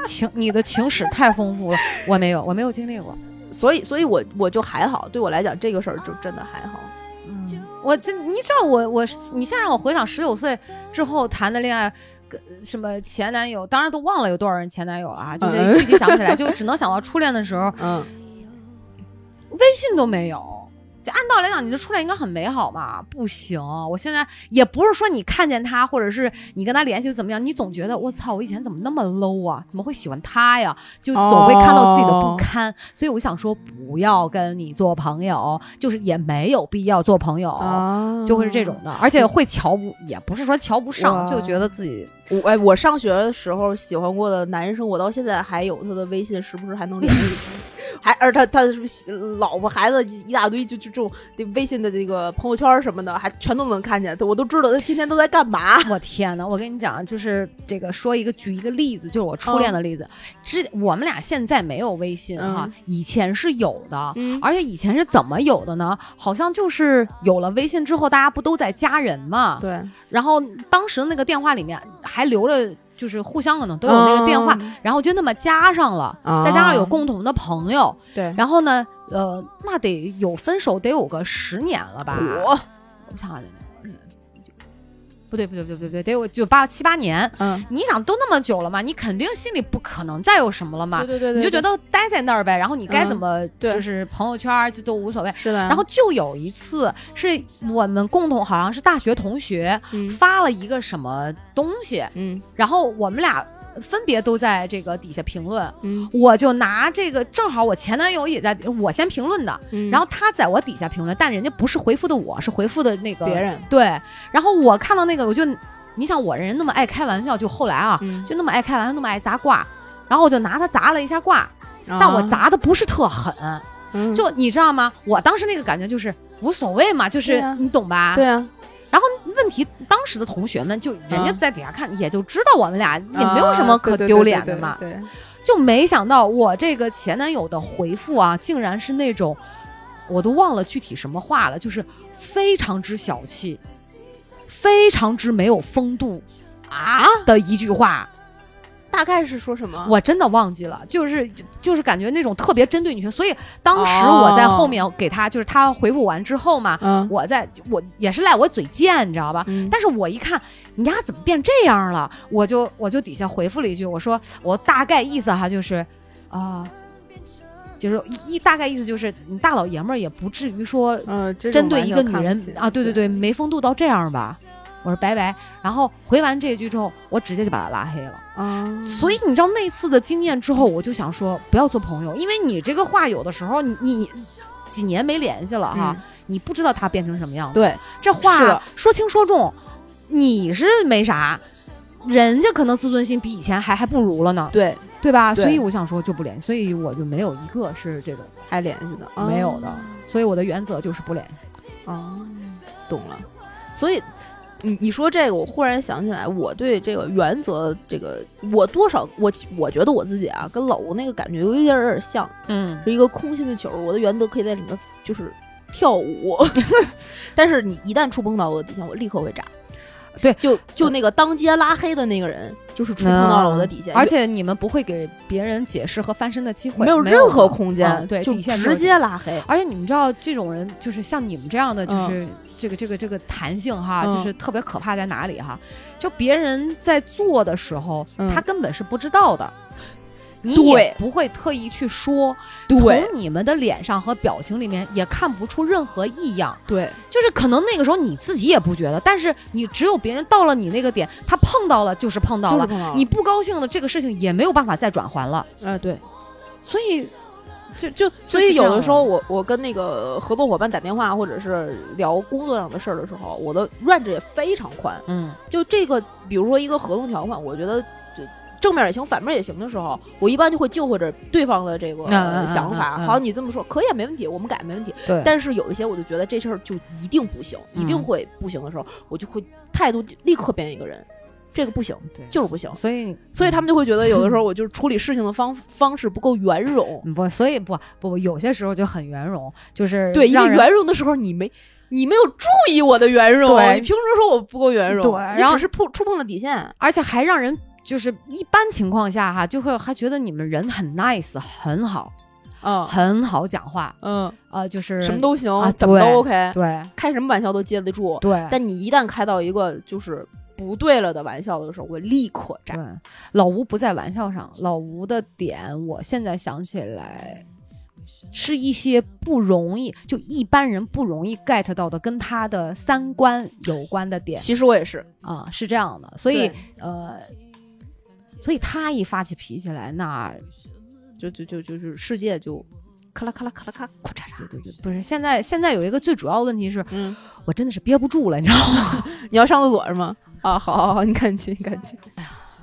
B: 情你的情史太丰富了，我没有，我没有经历过。
A: 所以，所以我我就还好，对我来讲这个事儿就真的还好，
B: 嗯，我这你知道我我你现在让我回想十九岁之后谈的恋爱。跟什么前男友，当然都忘了有多少人前男友了啊，就是
A: 嗯
B: 具体想不起来，就只能想到初恋的时候，
A: 嗯，
B: 微信都没有。就按道理讲，你的初恋应该很美好嘛？不行，我现在也不是说你看见他，或者是你跟他联系怎么样，你总觉得我操，我以前怎么那么 low 啊？怎么会喜欢他呀？就总会看到自己的不堪。所以我想说，不要跟你做朋友，就是也没有必要做朋友，
A: 啊
B: 就会是这种。的。而且会瞧不，也不是说瞧不上，
A: 哇
B: 就觉得自己
A: 我哎，我上学的时候喜欢过的男生，我到现在还有他的微信，时不时还能联系，还而他他是不是老婆孩子一大堆，就就这种那微信的这个朋友圈什么的，还全都能看见，我都知道他天天都在干嘛。
B: 我天呐，我跟你讲，就是这个说一个举一个例子，就是我初
A: 嗯
B: 恋的例子。之我们俩现在没有微信哈，
A: 嗯
B: 以前是有的。
A: 嗯
B: 而且以前是怎么有的呢？好像就是有了微信之后，大家不都在加人嘛？
A: 对，
B: 然后当时那个电话里面还留了，就是互相可能都有那
A: 嗯
B: 个电话，然后就那么加上了，
A: 啊
B: 再加上有共同的朋友，
A: 对，
B: 然后呢，呃，那得有分手得有个十年了吧？
A: 我
B: 我想想，嗯不对不对不对不对不对，得有就八七八年。
A: 嗯，
B: 你想都那么久了嘛，你肯定心里不可能再有什么了嘛，
A: 对对嗯
B: 你就觉得待在那儿呗，然后你该怎么
A: 对嗯
B: 就是朋友圈儿就都无所谓。
A: 是的，
B: 然后就有一次是我们共同好像是大学同学
A: 嗯
B: 发了一个什么东西，
A: 嗯
B: 然后我们俩分别都在这个底下评论。
A: 嗯
B: 我就拿这个，正好我前男友也在，我先评论的，
A: 嗯
B: 然后他在我底下评论，但人家不是回复的我，是回复的那个
A: 别人，
B: 对，然后我看到那个，我就，你想我人那么爱开玩笑，就后来啊，
A: 嗯
B: 就那么爱开玩笑，那么爱砸挂，然后我就拿它砸了一下挂，
A: 啊
B: 但
A: 哦
B: 我砸的不是特狠，
A: 嗯
B: 就你知道吗？我当时那个感觉就是无所谓嘛，就是、
A: 对啊
B: 你懂吧？
A: 对啊，
B: 问题当时的同学们就人家
A: 嗯
B: 在底下看，也就知道我们俩也没有什么可丢脸的嘛，
A: 啊哦对，
B: 就没想到我这个前男友的回复啊，竟然是那种我都忘了具体什么话了，就是非常之小气，非常之没有风度啊的一句话，
A: 大概是说什么？
B: 我真的忘记了，就是就是感觉那种特别针对女性，所以当时我在后面给他，就是他回复完之后嘛，
A: 嗯
B: 我在我也是赖我嘴贱，你知道吧？
A: 嗯
B: 但是我一看你丫怎么变这样了，我就我就底下回复了一句，我说啊我呃大概意思哈就是，啊、就是一一大概意思就是你大老爷们儿也不至于说
A: 嗯，这种
B: 针对
A: 完
B: 一
A: 全
B: 个女
A: 看不
B: 人啊
A: 起
B: 啊，对对对，没风度到这样吧？我说拜拜。然后回完这句之后，我直接就把他拉黑了。
A: 啊，
B: 所以你知道那次的经验之后，我就想说不要做朋友，因为你这个话有的时候你你几年没联系了哈，你不知道他变成什么样子。
A: 对，
B: 这
A: 是
B: 话
A: 的
B: 说轻说重，你是没啥，人家可能自尊心比以前还还不如了呢，
A: 对，
B: 对吧？
A: 对
B: 所以我想说就不联系，所以我就没有一个是这种
A: 还联系的
B: 没有的，所以我的原则就是不联系。
A: 啊，懂了。所以你你说这个，我忽然想起来，我对这个原则，这个我多少我我觉得我自己啊，跟老吴那个感觉有一点儿有点儿像，
B: 嗯，
A: 是一个空心的球儿。我的原则可以在里面就是跳舞， 但是你一旦触碰到我的底线，我立刻会炸。
B: 对
A: 就就那个当街拉黑的那个人，就是触碰到了我的底线，
B: 而且你们不会给别人解释和翻身的机会，
A: 没有啊
B: 有
A: 任何
B: 的
A: 空间，
B: 嗯对，
A: 就
B: 底线就是
A: 直接拉黑。
B: 而且你们知道，这种人就是像你们这样的，就
A: 嗯
B: 是这个、这个这个弹性哈，
A: 嗯
B: 就是特别可怕在哪里哈？就别人在做的时候，
A: 嗯
B: 他根本是不知道的，你也
A: 对
B: 不会特意去说，
A: 对
B: 从你们的脸上和表情里面也看不出任何异样。
A: 对
B: 就是可能那个时候你自己也不觉得，但是你只有别人到了你那个点，他碰到了就是碰到
A: 就是
B: 了，
A: 碰到了
B: 你不高兴了，这个事情也没有办法再转环了，
A: 啊，对，
B: 所以。
A: 就就所
B: 是
A: 以
B: 这
A: 有
B: 样
A: 的
B: 的
A: 时候我，我跟那个合作伙伴打电话或者是聊工作上的事儿的时候，我的 range 也非常宽。
B: 嗯，
A: 就这个，比如说一个合同条款，我觉得就正面也行，反面也行的时候，我一般就会就会着对方的这个
B: 嗯嗯嗯
A: 想法。
B: 嗯嗯
A: 好，你这么说可以啊，没问题，我们改没问题。
B: 对
A: 但是有一些我就觉得这事儿就一定不行，一定
B: 嗯
A: 会不行的时候，我就会态度立刻变一个人，这个不行，
B: 对
A: 就是不行。
B: 所以，
A: 所以他们就会觉得有的时候我就是处理事情的方方式不够圆融。
B: 嗯不，所以不不，有些时候就很圆融，就是
A: 对，因
B: 让
A: 为
B: 人
A: 圆融的时候你没你没有注意我的圆融，
B: 对
A: 你平时说我不够圆融，
B: 对
A: 你
B: 然后
A: 只是碰触碰了底线，
B: 而且还让人就是一般情况下哈，就会还觉得你们人很 nice，很好，
A: 嗯
B: 很好讲话，
A: 嗯，
B: 呃，就是
A: 什么都行，
B: 啊
A: 怎么
B: 对
A: 都 OK，
B: 对
A: 开什么玩笑都接得住。
B: 对。
A: 但你一旦开到一个就是不对了的玩笑的时候，我立刻炸
B: 对。，老吴不在玩笑上，老吴的点，我现在想起来，是一些不容易，就一般人不容易 get 到的，跟他的三观有关的点
A: 其实我也是，
B: 啊、是这样的。所以
A: 对
B: 呃，所以他一发起脾气来，那
A: 就就就就是世界就咔啦咔啦咔啦咔，咔嚓嚓。
B: 对对对，不是现在现在有一个最主要的问题是
A: 嗯，
B: 我真的是憋不住了，你知道吗？
A: 你要上厕所是吗？啊，好好好，你赶紧去，你赶紧去。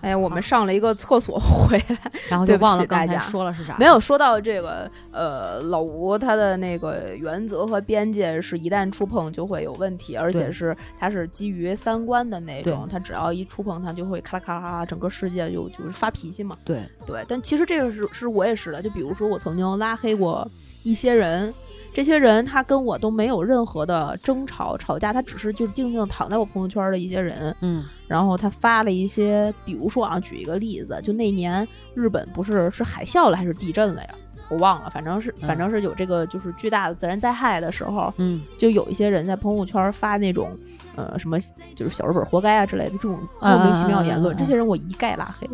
A: 哎呀，我们上了一个厕所回来。
B: 然后
A: 对
B: 就
A: 不
B: 忘了
A: 起大
B: 刚才
A: 家
B: 说了是 啥，
A: 没有说到这个，呃，老吴他的那个原则和边界是一旦触碰就会有问题，而且是他是基于三观的那种，他只要一触碰，他就会咔啦咔啦咔啦，整个世界就就是发脾气嘛。
B: 对，
A: 对，但其实这个是是我也是的，就比如说我曾经拉黑过一些人。这些人他跟我都没有任何的争吵、吵架，他只是就是静静躺在我朋友圈的一些人，
B: 嗯
A: 然后他发了一些，比如说啊，举一个例子，就那年日本不是是海啸了还是地震了呀？我忘了，反正是
B: 嗯
A: 反正是有这个就是巨大的自然灾害的时候，
B: 嗯
A: 就有一些人在朋友圈发那种呃什么就是小日本活该啊之类的这种
B: 嗯
A: 莫名其妙的言论，
B: 嗯嗯嗯
A: 这些人我一概拉黑。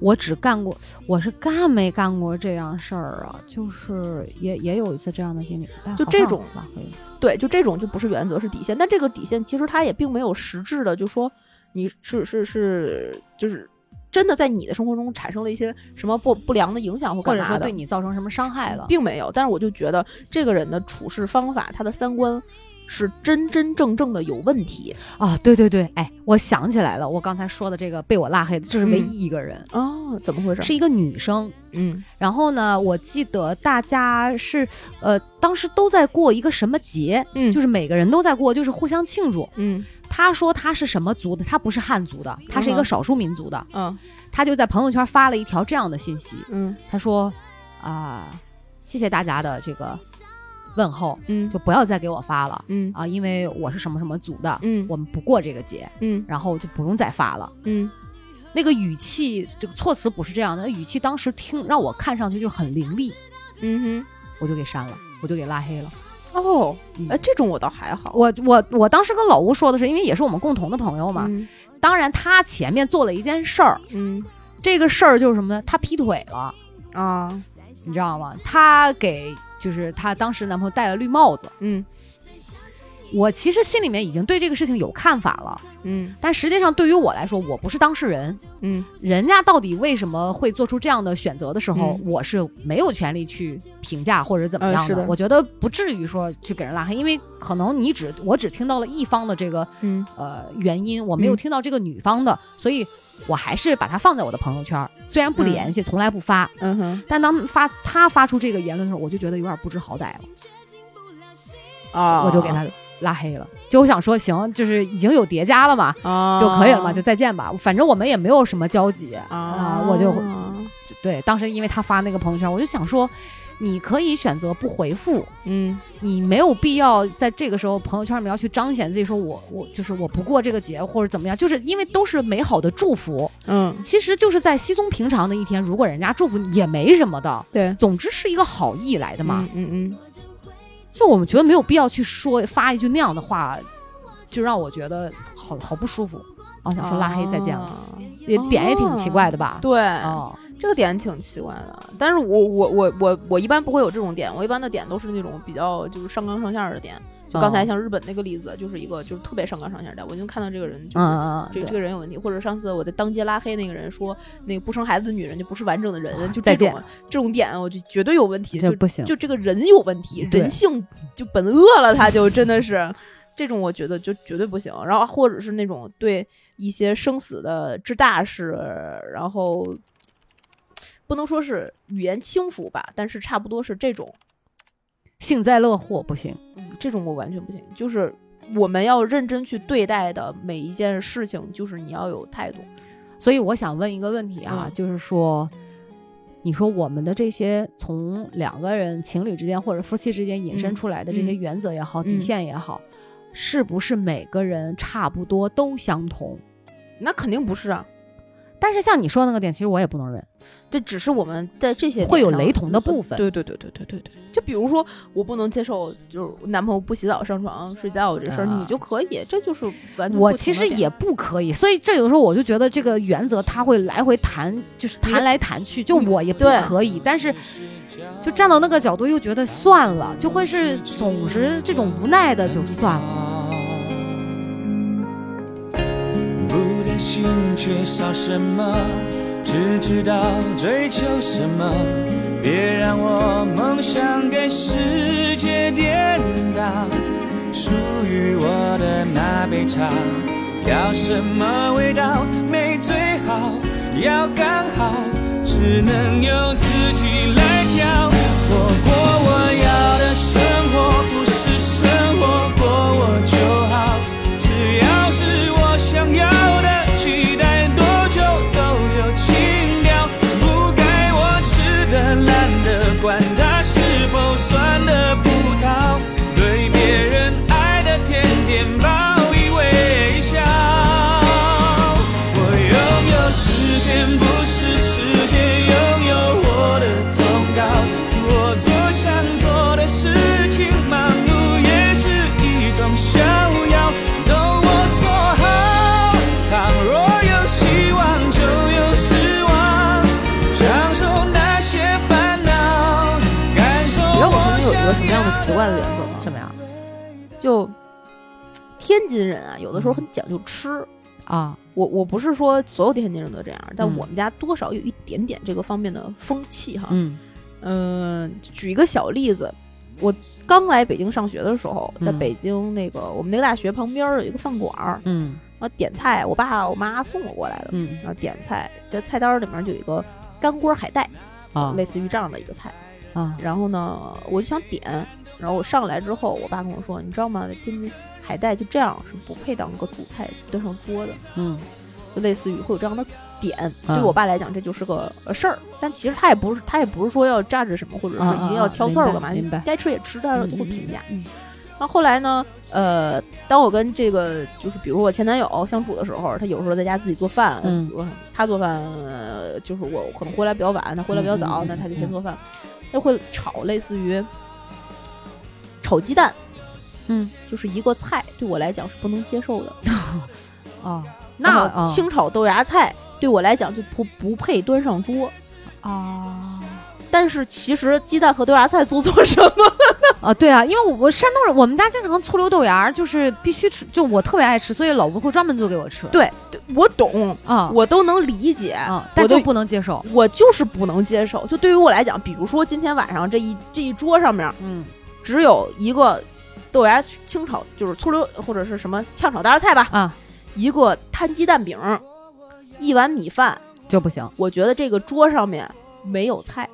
B: 我只干过，我是干没干过这样事儿啊？就是也也有一次这样的经历，但
A: 就
B: 好
A: 这
B: 像
A: 种
B: 吧，会
A: 对，就这种就不是原则，是底线。但这个底线其实它也并没有实质的，就说你是是是就是真的在你的生活中产生了一些什么不不良的影响或
B: 或
A: 干
B: 者
A: 嘛的，嗯
B: 说对你造成什么伤害了，
A: 并没有，但是我就觉得这个人的处事方法，他的三观是真真正正的有问题
B: 啊？对对对，哎，我想起来了，我刚才说的这个被我拉黑的，这是唯
A: 嗯
B: 一一个人，
A: 啊！怎么回事？
B: 哦是一个女生，
A: 嗯
B: 然后呢，我记得大家是呃，当时都在过一个什么节，
A: 嗯
B: 就是每个人都在过，就是互相庆祝。
A: 嗯
B: 他说他是什么族的，他不是汉族的，他是一
A: 嗯
B: 个
A: 哼
B: 少数民族的，
A: 嗯
B: 他就在朋友圈发了一条这样的信息，
A: 嗯
B: 他说啊、谢谢大家的这个问候，
A: 嗯
B: 就不要再给我发了
A: 嗯
B: 啊、因为我是什么什么族的，
A: 嗯
B: 我们不过这个节，
A: 嗯
B: 然后就不用再发了。
A: 嗯
B: 那个语气，这个措辞不是这样的，语气当时听让我看上去就是很凌厉，
A: 嗯
B: 我就给删了，我就给拉黑了。
A: 哼哦
B: 嗯，
A: 哎，这种我倒还好。
B: 我我我当时跟老吴说的是，因为也是我们共同的朋友嘛。
A: 嗯
B: 当然，他前面做了一件事儿，
A: 嗯
B: 这个事儿就是什么呢？他劈腿了，
A: 啊
B: 你知道吗？他给就是她当时男朋友戴了绿帽子，
A: 嗯
B: 我其实心里面已经对这个事情有看法了，
A: 嗯
B: 但实际上对于我来说，我不是当事人，
A: 嗯
B: 人家到底为什么会做出这样的选择的时候，
A: 嗯
B: 我是没有权利去评价或者怎么
A: 呃
B: 样
A: 是的
B: 我觉得不至于说去给人拉黑，因为可能你只我只听到了一方的这个
A: 嗯
B: 呃原因，我没有
A: 嗯
B: 听到这个女方的，所以我还是把它放在我的朋友圈儿，虽然不
A: 嗯
B: 联系，从来不发，
A: 嗯哼
B: 但当发他发出这个言论的时候，我就觉得有点不知好歹了。
A: 啊，
B: 我就给他拉黑了。就我想说，行，就是已经有叠加了嘛，
A: 啊
B: 就可以了嘛，就再见吧。反正我们也没有什么交集啊、
A: 啊，
B: 我就对，当时因为他发那个朋友圈，我就想说，你可以选择不回复。
A: 嗯
B: 你没有必要在这个时候朋友圈里面要去彰显自己，说我我就是我不过这个节或者怎么样，就是因为都是美好的祝福，
A: 嗯
B: 其实就是在稀松平常的一天，如果人家祝福你也没什么的，
A: 对
B: 总之是一个好意来的嘛。
A: 嗯嗯
B: 就我们觉得没有必要去说发一句那样的话，就让我觉得好好不舒服。啊，想说拉黑再见了，
A: 了，
B: 也点也挺奇怪的吧？
A: 哦对
B: 哦，
A: 这个点挺奇怪的，但是我我我我我一般不会有这种点，我一般的点都是那种比较就是上纲上线儿的点。就刚才
B: 嗯
A: 像日本那个例子，就是一个就是特别上纲上线儿的，我就看到这个人就
B: 嗯
A: 是
B: 嗯嗯，
A: 这
B: 对
A: 这个人有问题，或者上次我在当街拉黑那个人说，那个不生孩子的女人就不是完整的人，就
B: 再
A: 这
B: 见
A: 种这种点，我就绝对有问题，
B: 这
A: 就
B: 不行
A: 就这个人有问题，
B: 对
A: 人性就本恶了，他就真的是 这种，我觉得就绝对不行。然后或者是那种对一些生死的之大事，然后不能说是语言轻浮吧，但是差不多是这种，
B: 幸灾乐祸不行。
A: 嗯，这种我完全不行，就是。我们要认真去对待的每一件事情，就是你要有态度。
B: 所以我想问一个问题啊，
A: 嗯
B: 就是说，你说我们的这些从两个人情侣之间或者夫妻之间引申
A: 嗯
B: 出来的这些
A: 嗯
B: 原则也好、底
A: 嗯
B: 线也好，是不是每个人差不多都相同？
A: 那肯定不是啊，
B: 但是像你说的那个点，其实我也不能忍。
A: 这只是我们在这些点
B: 会有
A: 上
B: 雷同的部 分
A: 对对对对对对对，就比如说，我不能接受就是我男朋友不洗澡上床睡觉这事儿，
B: 啊
A: 你就可以，这就是完全
B: 我
A: 不
B: 其
A: 同的
B: 实
A: 点
B: 也不可以，所以这有时候我就觉得这个原则它会来回弹，就是弹来弹去，就我也不
A: 对
B: 可以，但是就站到那个角度又觉得算了，就会是总是这种无奈的就算了。
D: 不担心缺少什么，只知道追求什么。别让我梦想给世界颠倒，属于我的那杯茶，要什么味道没最好，要刚好，只能由自己来调。我过我要的生活，不是生活过我就好，只要是我想要的，期待多久都有情调。不该我吃的、懒的，管它是否酸的葡萄，对别人爱的甜点报以微笑。我拥有时间，不是时间拥有我的通道。我做想做的事情，忙碌也是一种逍遥。都我所好，倘若有希望，就有失望。享受那些烦恼，感受
A: 你知道我
D: 我
A: 曾经有
D: 想
A: 一个什么样
D: 要
A: 的奇怪的原则吗？
B: 什么呀？
A: 就天津人啊，有的时
B: 嗯
A: 候很讲究吃。
B: 啊，
A: 我我不是说所有天津人都这样，但
B: 嗯
A: 我们家多少有一点点这个方面的风气哈。
B: 嗯
A: 嗯，举一个小例子，我刚来北京上学的时候，在
B: 嗯
A: 北京那个、我们那个大学旁边儿有一个饭馆儿，
B: 嗯
A: 然后点菜，我爸我妈送我过来的，
B: 嗯
A: 然后点菜，这菜单儿里面就有一个干锅海带，
B: 啊
A: 类似于这样的一个菜。
B: 啊
A: 然后呢，我就想点，然后我上来之后，我爸跟我说，你知道吗？在天津海带就这样是不配当个主菜端上桌的，
B: 嗯
A: 就类似于会有这样的点。
B: 嗯
A: 对我爸来讲，这就是个呃事儿，但其实他也不是他也不是说要榨制什么，或者说一定要挑刺
B: 嗯嗯
A: 儿
B: 嗯
A: 干嘛
B: 明白明白，
A: 该吃也吃，但是会评价。
B: 嗯
A: 然后后来呢，呃，当我跟这个就是比如我前男友相处的时候，他有时候在家自己做饭，
B: 嗯
A: 比如说他做饭，呃就是我可能回来比较晚，他回来比较早，
B: 嗯嗯嗯
A: 那他就
B: 嗯
A: 先做饭，他会炒类似于炒鸡蛋，
B: 嗯
A: 就是一个菜，对我来讲是不能接受的。
B: 啊，
A: 然
B: 那
A: 后清炒豆芽菜对我来讲就不不配端上桌。
B: 啊
A: 但是其实鸡蛋和豆芽菜做错什么？
B: 啊，对啊，因为我我山东人，我们家经常醋溜豆芽儿，就是必须吃，就我特别爱吃，所以老吴会专门做给我吃。
A: 对，对我懂，
B: 啊，
A: 我都能理解。
B: 啊，但
A: 我
B: 就
A: 对
B: 不能接受。
A: 我就是不能接受，就对于我来讲，比如说今天晚上这一这一桌上面
B: 嗯
A: 只有一个豆芽清炒，就是醋溜或者是什么炝炒大菜吧，
B: 啊，
A: 一个摊鸡蛋饼，一碗米饭，
B: 就不行。
A: 我觉得这个桌上面没有菜。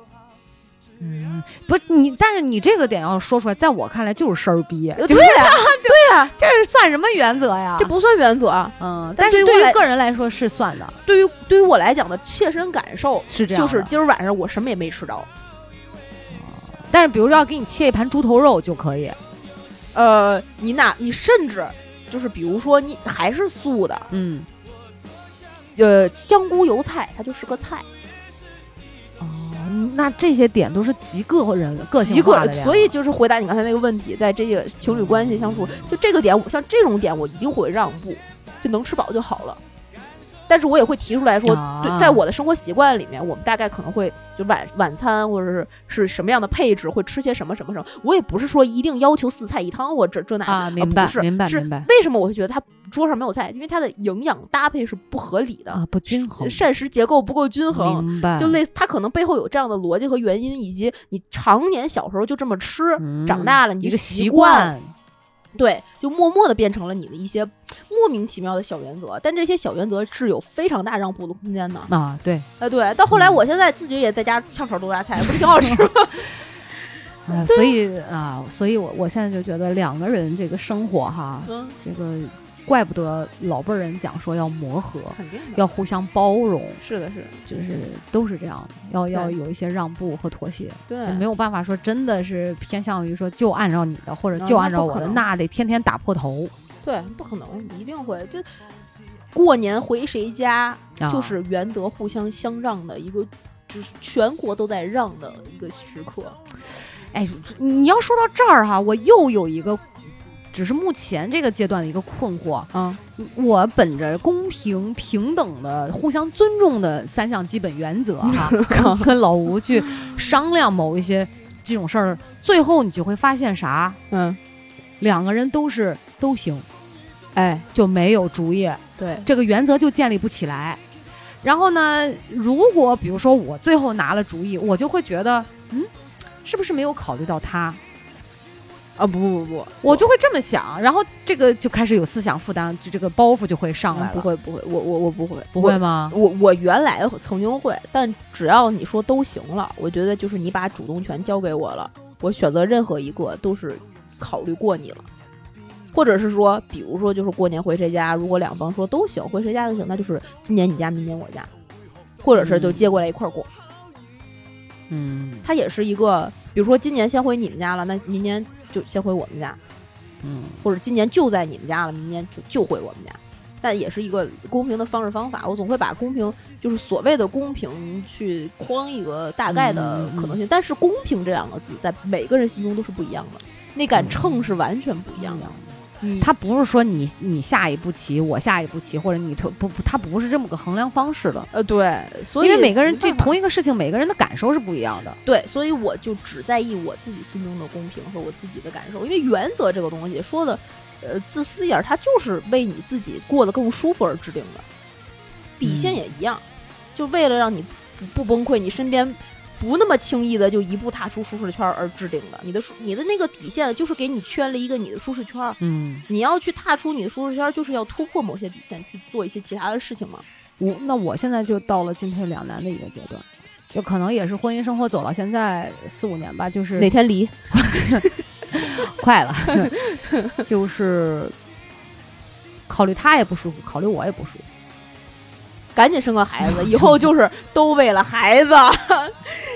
B: 嗯，不是你，但是你这个点要说出来，在我看来就是事儿逼，
A: 呃
B: 就
A: 对呀、对呀、
B: 这是算什么原则呀？
A: 这不算原则啊。
B: 嗯，
A: 但
B: 但是
A: 对于
B: 对
A: 我
B: 于
A: 来
B: 个人来说是算的，
A: 对于对于我来讲的切身感受，
B: 是这样
A: 就
B: 的。
A: 是今儿晚上我什么也没吃着。
B: 但是比如说要给你切一盘猪头肉就可以，
A: 呃，你哪你甚至就是比如说你还是素的，
B: 嗯，
A: 呃，香菇油菜它就是个菜，
B: 哦，那这些点都是极个人个性
A: 一
B: 化
A: 个
B: 的，呀
A: 所以就是回答你刚才那个问题，在这个情侣关系相处，就这个点，我像这种点我一定会让步，就能吃饱就好了。但是我也会提出来说，
B: 啊
A: 对，在我的生活习惯里面，我们大概可能会就晚晚餐或者是是什么样的配置，会吃些什么什么什么。我也不是说一定要求四菜一汤或者这这那的
B: 啊，
A: 呃
B: 明白
A: 不是
B: 明白
A: 是
B: 明白
A: 为什么我会觉得它桌上没有菜？因为它的营养搭配是不合理的，
B: 啊，不均衡，
A: 膳食结构不够均衡，
B: 明白，
A: 就类它可能背后有这样的逻辑和原因，以及你常年小时候就这么吃，
B: 嗯
A: 长大了你
B: 一
A: 就
B: 个
A: 习
B: 习惯，
A: 对，就默默的变成了你的一些莫名其妙的小原则。但这些小原则是有非常大让步的空间的。
B: 啊，对，
A: 哎，对，到后
B: 嗯
A: 来我现在自己也在家炝炒豆芽菜，不是挺好吃 吗？
B: 啊，所以啊，所以我我现在就觉得两个人这个生活哈，
A: 嗯，
B: 这个怪不得老辈儿人讲说要磨合，
A: 肯定的，
B: 要互相包容，
A: 是的是的，
B: 就是都是这样的，要要
A: 对
B: 有一些让步和妥协，
A: 对
B: 就没有办法说真的是偏向于说就按照你的或者
A: 啊
B: 就
A: 那
B: 按照
A: 不
B: 我
A: 可
B: 的，
A: 能
B: 嗯那得天天打破头，
A: 对，不可能，一定会就过年回谁家，
B: 啊
A: 就是原则互相相让的一个，就是全国都在让的一个时刻。
B: 哎，你要说到这儿哈、我又有一个，只是目前这个阶段的一个困惑。
A: 啊，
B: 我本着公平、平等的、互相尊重的三项基本原则 哈、跟跟老吴去商量某一些这种事儿，最后你就会发现啥？
A: 嗯，
B: 两个人都是都行，
A: 哎，
B: 就没有主意，
A: 对，
B: 这个原则就建立不起来。然后呢，如果比如说我最后拿了主意，我就会觉得，嗯，是不是没有考虑到他？
A: 啊，不不不不，
B: 我就会这么想，然后这个就开始有思想负担，就这个包袱就会上
A: 嗯
B: 来
A: 不
B: 了，
A: 会不会，我我我不会
B: 不会。吗？
A: 我我我原来曾经会，但只要你说都行了，我觉得就是你把主动权交给我了，我选择任何一个都是考虑过你了，或者是说，比如说就是过年回谁家，如果两方说都行，回谁家都行，那就是今年你家，明年我家，或者是就接过来一块儿过。
B: 嗯
A: 它也是一个，比如说今年先回你们家了，那明年就先回我们家，
B: 嗯，
A: 或者今年就在你们家了，明年就就回我们家。但也是一个公平的方式方法，我总会把公平，就是所谓的公平，去框一个大概的
B: 嗯
A: 可能性。但是“公平”这两个字，在每个人心中都是不一样的，那杆秤是完全不一样的。
B: 嗯
A: 你
B: 他不是说你你下一步棋，我下一步棋，或者你推不不，他不是这么个衡量方式的，
A: 呃，对，所以
B: 因为每个人
A: 没
B: 这
A: 办法
B: 同一个事情，每个人的感受是不一样的。
A: 对，所以我就只在意我自己心中的公平和我自己的感受，因为原则这个东西说的，呃，自私一点儿，它就是为你自己过得更舒服而制定的，底线
B: 嗯
A: 也一样，就为了让你不不崩溃，你身边。不那么轻易的就一步踏出舒适圈而制定的，你的舒你的那个底线就是给你圈了一个你的舒适圈，
B: 嗯，
A: 你要去踏出你的舒适圈，就是要突破某些底线去做一些其他的事情嘛。
B: 我那我现在就到了进退两难的一个阶段，就可能也是婚姻生活走到现在四五年吧，就是
A: 哪天离？
B: 快了， 就就是考虑他也不舒服，考虑我也不舒服。
A: 赶紧生个孩子，以后就是都为了孩子。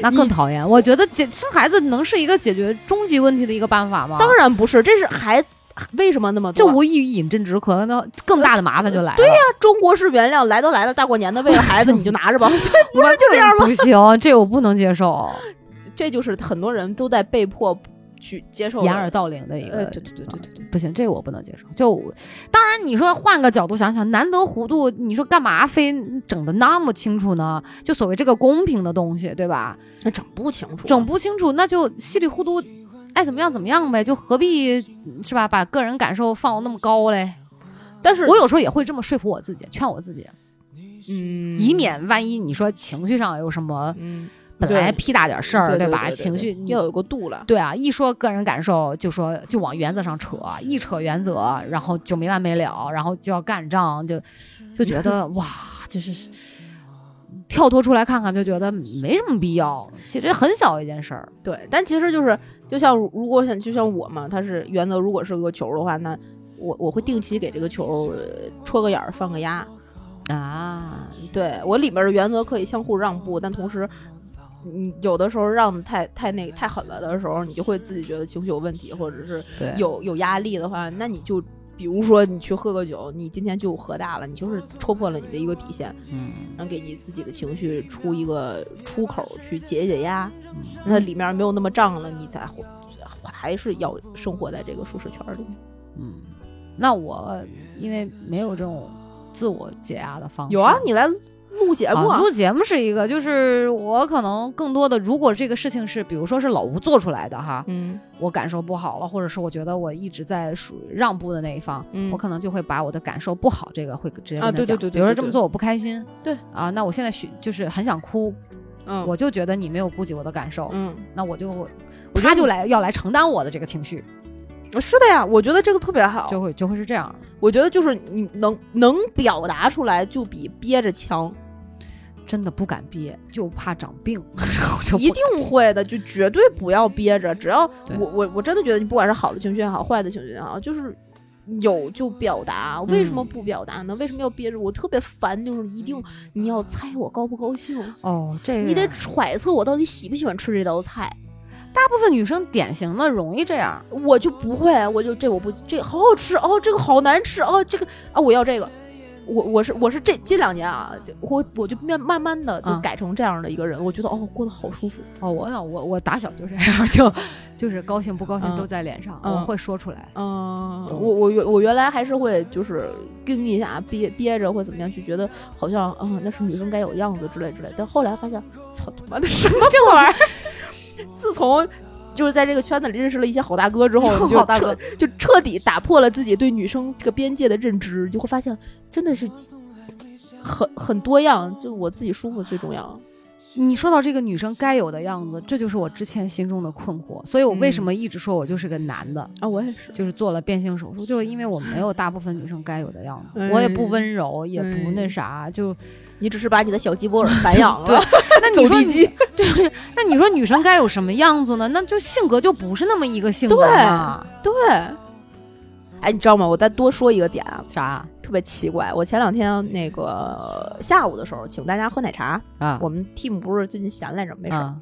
B: 那更讨厌。我觉得这生孩子能是一个解决终极问题的一个办法吗？
A: 当，然不是，这是孩为什么那么
B: 这
A: 多？
B: 无异于引申直咳，那更大的麻烦就来了。
A: 对呀、中国式原料来都来了，大过年的，为了孩子你就拿 着吧，这不是就这样吗？
B: 不行，这我不能接 受，
A: 这就是很多人都在被迫去接受的
B: 掩耳盗铃的一个。
A: 呃，对对对对对对，
B: 不行，这我不能接受。就我当然，你说换个角度想想，难得糊涂，你说干嘛非整的那么清楚呢？就所谓这个公平的东西，对吧？
A: 那整不清楚，啊
B: 整不清楚，那就稀里糊涂爱怎么样怎么样呗，就何必是吧？把个人感受放到那么高嘞？
A: 但是
B: 我有时候也会这么说服我自己，劝我自己，
A: 嗯，
B: 以免万一你说情绪上有什么
A: 嗯
B: 本来屁大点事儿，
A: 对
B: 吧？
A: 对
B: 情绪
A: 对
B: 你
A: 要有个度了。
B: 对啊，一说个人感受，就说就往原则上扯，啊一扯原则，然后就没完没了，然后就要干仗，就就觉 得哇，就是跳脱出来看看，就觉得没什么必要。其实很小一件事儿，
A: 对，但其实就是就像如如果想就像我嘛，他是原则，如果是个球的话，那我我会定期给这个球呃戳个眼儿，放个压。
B: 啊，
A: 对我里面的原则可以相互让步，但同时，嗯，有的时候让的太太那个太狠了的时候，你就会自己觉得情绪有问题，或者是
B: 对
A: 有有压力的话，那你就比如说你去喝个酒，你今天就喝大了，你就是戳破了你的一个底线，
B: 嗯，
A: 然后给你自己的情绪出一个出口去解一解压，那里面没有那么胀了，你才活还是要生活在这个舒适圈里面。
B: 嗯，那我因为没有这种自我解压的方式，
A: 有啊，你来录节目
B: 啊，录节目是一个，就是我可能更多的，如果这个事情是，比如说是老吴做出来的哈，
A: 嗯
B: 我感受不好了，或者是我觉得我一直在属于让步的那一方，
A: 嗯
B: 我可能就会把我的感受不好这个会直接
A: 啊
B: 跟他
A: 对对
B: 讲
A: 对对
B: 比如说
A: 对
B: 这么
A: 对
B: 做我不开心，
A: 对
B: 啊，那我现在许就是很想哭，
A: 嗯，
B: 我就觉得你没有顾及我的感受，
A: 嗯。
B: 那我就
A: 我觉得
B: 他就
A: 你
B: 来要来承担我的这个情绪，
A: 是的呀，我觉得这个特别好。
B: 就会就会是这样。
A: 我觉得就是你能能表达出来，就比憋着强，
B: 真的不敢憋，就怕长病， 然后就不
A: 一定会的，就绝对不要憋着。只要
B: 对
A: 我我我真的觉得，你不管是好的情绪也好，坏的情绪也好，就是有就表达。为什么不表达呢？为什么要憋着？我特别烦，就是一定你要猜我高不高兴，
B: 哦，这个
A: 你得揣测我到底喜不喜欢吃这道菜。
B: 大部分女生典型的容易这样，
A: 我就不会，我就这我不这好好吃哦，这个好难吃哦，这个啊我要这个，我我是我是这近两年啊，就我我就慢慢慢的就
B: 嗯
A: 改成这样的一个人，我觉得哦过得好舒服，
B: 哦，我呢，我我打小就这样，就就是高兴不高兴
A: 嗯
B: 都在脸上，
A: 嗯
B: 我会说出来。
A: 嗯，
B: 懂
A: 我我原我原来还是会就是跟一下憋憋着或怎么样，就觉得好像嗯那是女生该有样子之类之类，但后来发现操他妈的什么这玩意儿， 自从。就是在这个圈子里认识了一些 好大哥之后，你就
B: 好大
A: 彻就彻底打破了自己对女生这个边界的认知，就会发现真的是很很多样，就我自己舒服最重要。
B: 你说到这个女生该有的样子，这就是我之前心中的困惑，所以我为什
A: 嗯
B: 么一直说我就是个男的，
A: 啊，我也是，
B: 就是做了变性手术，就是因为我没有大部分女生该有的样子，
A: 哎
B: 我也不温柔，也不
A: 哎
B: 那啥， 就
A: 你只是把你的小鸡 波尔散养
B: 对
A: 了，
B: 那
A: 走
B: 你说
A: 地
B: 你
A: 鸡，
B: 对，那你说女生该有什么样子呢？那就性格就不是那么一个性格
A: 对
B: 嘛，
A: 对。哎，你知道吗？我再多说一个点啊，
B: 啥
A: 特别奇怪。我前两天那个下午的时候，请大家喝奶茶。
B: 嗯啊？
A: 我们 team 不是最近闲来着，没事儿，
B: 啊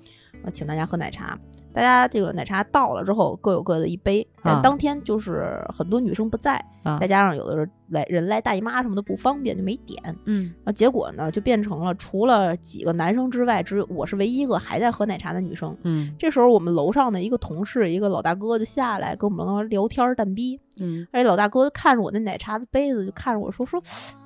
A: 我请大家喝奶茶。大家这个奶茶到了之后，各有各的一杯。但
B: 啊
A: 当天就是很多女生不在，
B: 啊
A: 再加上有的人来人来大姨妈什么的不方便，就没点。
B: 嗯
A: 然后结果呢，就变成了除了几个男生之外，只有我是唯一一个还在喝奶茶的女生。
B: 嗯
A: 这时候，我们楼上的一个同事，一个老大哥就下来跟我们聊天儿蛋逼。
B: 嗯
A: 而且老大哥看着我那奶茶的杯子，就看着我说说，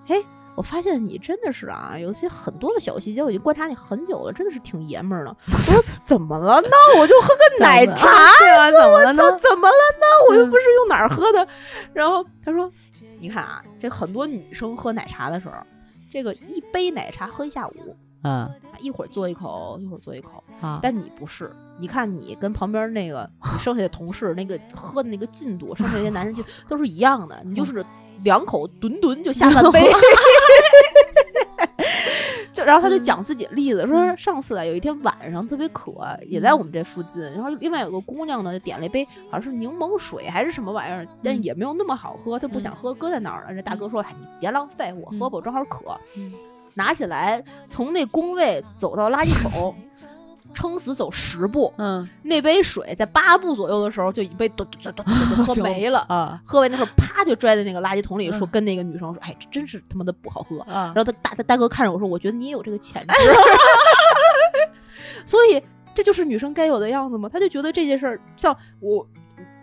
A: 哎，我发现你真的是啊，有些很多的小细节，我已经观察你很久了，真的是挺爷们儿的。 我说怎么了呢？我就喝个奶茶，
B: 对啊，怎么了呢？
A: 这怎么了呢？我又
B: 嗯
A: 不是用哪儿喝的。然后他说，你看啊，这很多女生喝奶茶的时候，这个一杯奶茶喝一下午。
B: 嗯
A: 啊一会儿嘬一口，一会儿嘬一口，
B: 啊，
A: 但你不是，你看你跟旁边那个你剩下的同事那个喝的那个进度，剩下那些男生就都是一样的，你就是两口吨吨就下半 杯。就然后
B: 嗯
A: 他就讲自己例子，说上次啊有一天晚上特别渴，也
B: 嗯
A: 在我们这附近，然后另外有个姑娘呢点了一杯好像是柠檬水还是什么玩意儿，
B: 嗯
A: 但也没有那么好喝，她不想喝，搁在那儿了。这大哥说：“哎，你别浪费，我喝吧，我正好渴。
B: 嗯”
A: 拿起来从那工位走到垃圾 桶，撑死走十步，
B: 嗯
A: 那杯水在八步左右的时候就已经被咚咚咚咚咚就 喝没了。
B: 啊
A: 喝完的时候，啪就拽在那个垃圾桶里，说
B: 嗯
A: 跟那个女生说：“哎，这真是他妈的不好喝。”
B: 啊
A: 然后他大他大哥看着我说：“我觉得你也有这个潜质。”所以这就是女生该有的样子吗？他就觉得这件事儿，像我，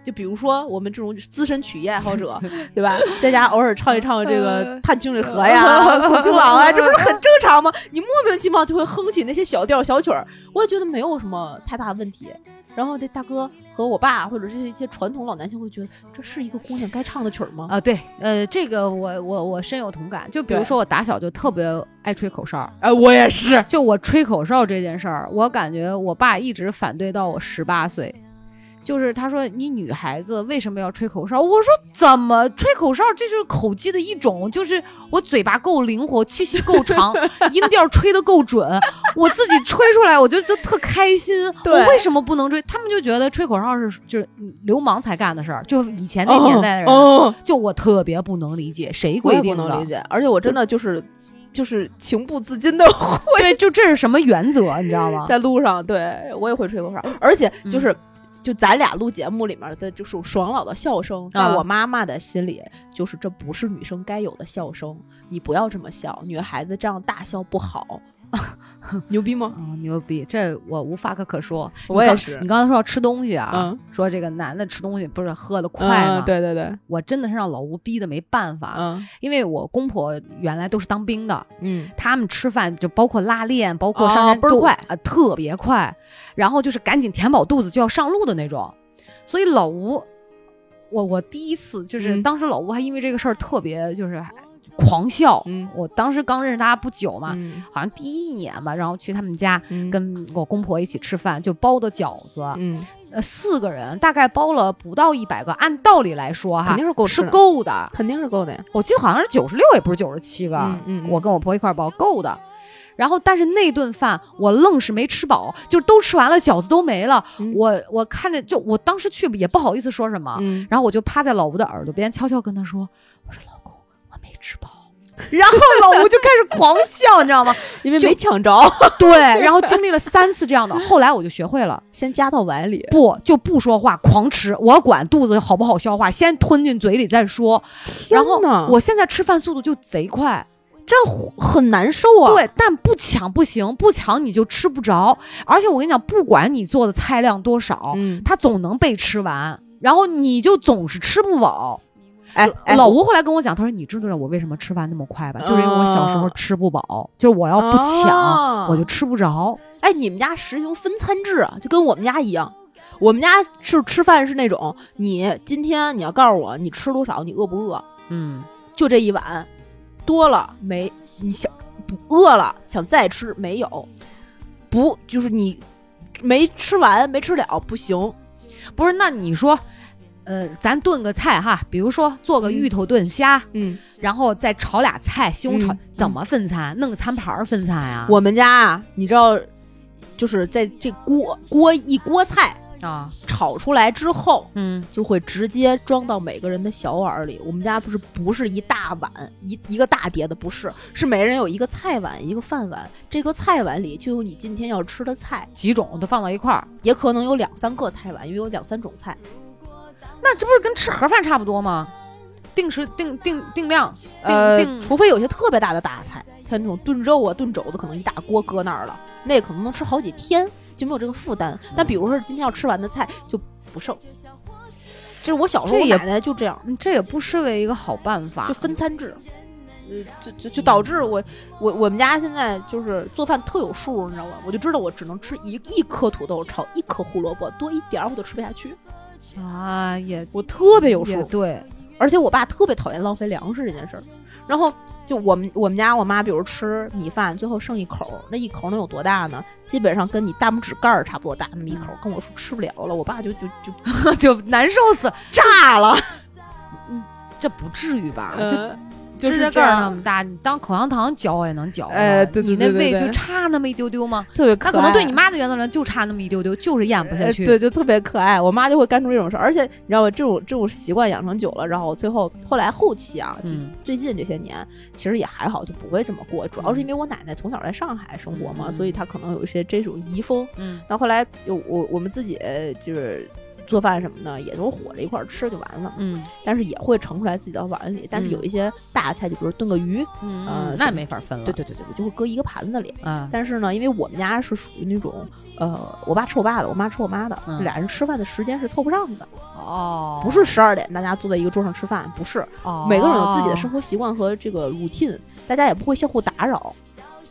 A: 就比如说我们这种资深曲艺爱好者，对吧？在家偶尔唱一唱这个探清水河呀、宋清朗啊，这不是很正常吗？你莫名其妙就会哼起那些小调小曲儿，我也觉得没有什么太大问题。然后这大哥和我爸或者是一些传统老男性会觉得，这是一个姑娘该唱的曲儿吗？
B: 啊，对，呃，这个我我我深有同感。就比如
A: 对
B: 说，我打小就特别爱吹口哨，
A: 哎，我也是，
B: 就我吹口哨这件事儿，我感觉我爸一直反对到我十八岁。就是他说你女孩子为什么要吹口哨？我说怎么吹口哨？这就是口技的一种，就是我嘴巴够灵活，气息够长，音调吹得够准，我自己吹出来，我就就特开心。
A: 对
B: 我为什么不能吹？他们就觉得吹口哨是就是流氓才干的事儿，就以前那年代的人，
A: 哦，
B: 就我特别不能理解谁
A: 我
B: 规
A: 也不
B: 定
A: 能
B: 的
A: 理，解，而且我真的就是就是情不自 禁的
B: 对，就这是什么原则，你知道吗？
A: 在路上，对我也会吹口哨，而且就是。就咱俩录节目里面的，就是爽朗的笑声，在
B: 啊
A: 我妈妈的心里，就是这不是女生该有的笑声，你不要这么笑，女孩子这样大笑不好。 牛逼吗？
B: 啊、牛逼！这我无话可可说。你
A: 我也
B: 刚
A: 是
B: 你刚才说要吃东西啊，
A: 嗯
B: 说这个男的吃东西不是喝的快吗？
A: 嗯，，对对对，
B: 我真的是让老吴逼的没办法，
A: 嗯
B: 因为我公婆原来都是当兵的，
A: 嗯，
B: 他们吃饭就包括拉练，包括上
A: 哦
B: 山
A: 倍儿
B: 都
A: 快
B: 啊、特别快，然后就是赶紧填饱肚子就要上路的那种。所以老吴，我我第一次就是、
A: 嗯
B: 当时老吴还因为这个事儿特别就是还狂笑，
A: 嗯
B: 我当时刚认识他不久嘛，
A: 嗯
B: 好像第一年吧，然后去他们家。
A: 嗯
B: 跟我公婆一起吃饭，就包的饺子，
A: 嗯，
B: 呃，四个人大概包了不到一百个，按道理来说哈，
A: 肯定是够吃
B: 是
A: 的
B: 够的。
A: 肯定是够的呀。
B: 我记得好像是九十六，也不是九十七个，
A: 嗯嗯嗯
B: 我跟我婆一块儿包够的。然后，但是那顿饭我愣是没吃饱，就都吃完了，饺子都没了。
A: 嗯
B: 我我看着就我当时去也不好意思说什么，
A: 嗯，
B: 然后我就趴在老吴的耳朵边悄悄跟他说：“我说老公，我没吃 饱。”然后老吴就开始狂笑，你知道吗？
A: 因为
B: 就
A: 没抢着，
B: 对，然后经历了三次这样的，后来我就学会了，
A: 先夹到碗里。
B: 不就不说话，狂吃，我管肚子好不好消化，先吞进嘴里再说。然后
A: 天哪
B: 我现在吃饭速度就贼快，
A: 这很难受啊！
B: 对，但不抢不行，不抢你就吃不着。而且我跟你讲，不管你做的菜量多少，
A: 嗯，
B: 它总能被吃完，然后你就总是吃不饱。
A: 哎，哎
B: 老吴后来跟我讲，他说：“你知道我为什么吃饭那么快吧？就是因为我小时候
A: 哦
B: 吃不饱，就是我要不抢，
A: 哦
B: 我就吃不着。”
A: 哎，你们家实行分餐制啊，就跟我们家一样。我们家是吃饭是那种，你今天你要告诉我你吃多少，你饿不饿？
B: 嗯，
A: 就这一碗，多了没？你想不饿了想再吃没有？不就是你没吃完没吃了不行，
B: 不是，那你说，呃，咱炖个菜哈，比如说做个芋头炖虾，
A: 嗯，
B: 然后再炒俩菜，西红柿炒，
A: 嗯
B: 怎么分餐？弄个餐盘儿分餐呀？
A: 我们家啊，你知道，就是在这锅锅一锅菜
B: 啊，
A: 炒出来之后，
B: 嗯，
A: 就会直接装到每个人的小碗儿里。我们家不是不是一大碗一一个大碟的，不是，是每人有一个菜碗一个饭碗。这个菜碗里就有你今天要吃的菜，
B: 几种都放到一块儿，
A: 也可能有两三个菜碗，因为有两三种菜。
B: 那这不是跟吃盒饭差不多吗？定时定定定量，定
A: 呃，
B: 定
A: 除非有些特别大的大菜，像那种炖肉啊、炖肘子，可能一大锅搁那儿了，那可能能吃好几天，就没有这个负担。但比如说是今天要吃完的菜，就不剩。这是我小时候，
B: 这
A: 我
B: 也
A: 奶奶就这样，
B: 嗯这也不失为一个好办法。
A: 就分餐制，呃，就就就导致我我我们家现在就是做饭特有数，你知道吗？我就知道我只能吃一一颗土豆炒一颗胡萝卜，多一点儿我都吃不下去，
B: 啊，也
A: 我特别有
B: 也
A: 数。
B: 对，
A: 而且我爸特别讨厌浪费粮食这件事儿。然后就我们我们家我妈，比如吃米饭，最后剩一口儿，那一口儿能有多大呢？基本上跟你大拇指盖儿差不多大，那么一口儿。跟我说吃不了了，我爸就就就
B: 就难受死，
A: 炸了，
B: 这不至于吧？就
A: 呃就
B: 指甲
A: 是这
B: 盖儿那
A: 样，
B: 么大，你当口香糖嚼也能嚼啊。
A: 哎对对
B: 你那
A: 对对
B: 胃
A: 对
B: 就差那么一丢丢吗？
A: 特别可
B: 他
A: 爱。
B: 可能对你妈的原则上就差那么一丢丢，就是咽不下
A: 呃
B: 去。
A: 对，就特别可爱。我妈就会干出这种事儿，而且你知道吗？这种这种习惯养成久了，然后最后后来后期啊，就
B: 嗯
A: 最近这些年其实也还好，就不会这么过。主要是因为我奶奶从小在上海生活嘛，
B: 嗯
A: 所以她可能有一些这种遗风。
B: 嗯，
A: 到后来就我我们自己就是做饭什么的，也都火着一块儿吃就完了，
B: 嗯
A: 但是也会盛出来自己的碗里。但是
B: 嗯
A: 有一些大菜，就比如炖个鱼，
B: 嗯
A: 呃
B: 那
A: 是
B: 没法分了。
A: 对对对对，对就会搁一个盘子里。
B: 啊，
A: 但是呢，因为我们家是属于那种，呃，我爸吃我爸的，我妈吃我妈的，
B: 嗯
A: 这俩人吃饭的时间是凑不上的，
B: 哦，
A: 不是十二点大家坐在一个桌上吃饭，不是，
B: 哦，
A: 每个人有自己的生活习惯和这个 routine，大家也不会相互打扰，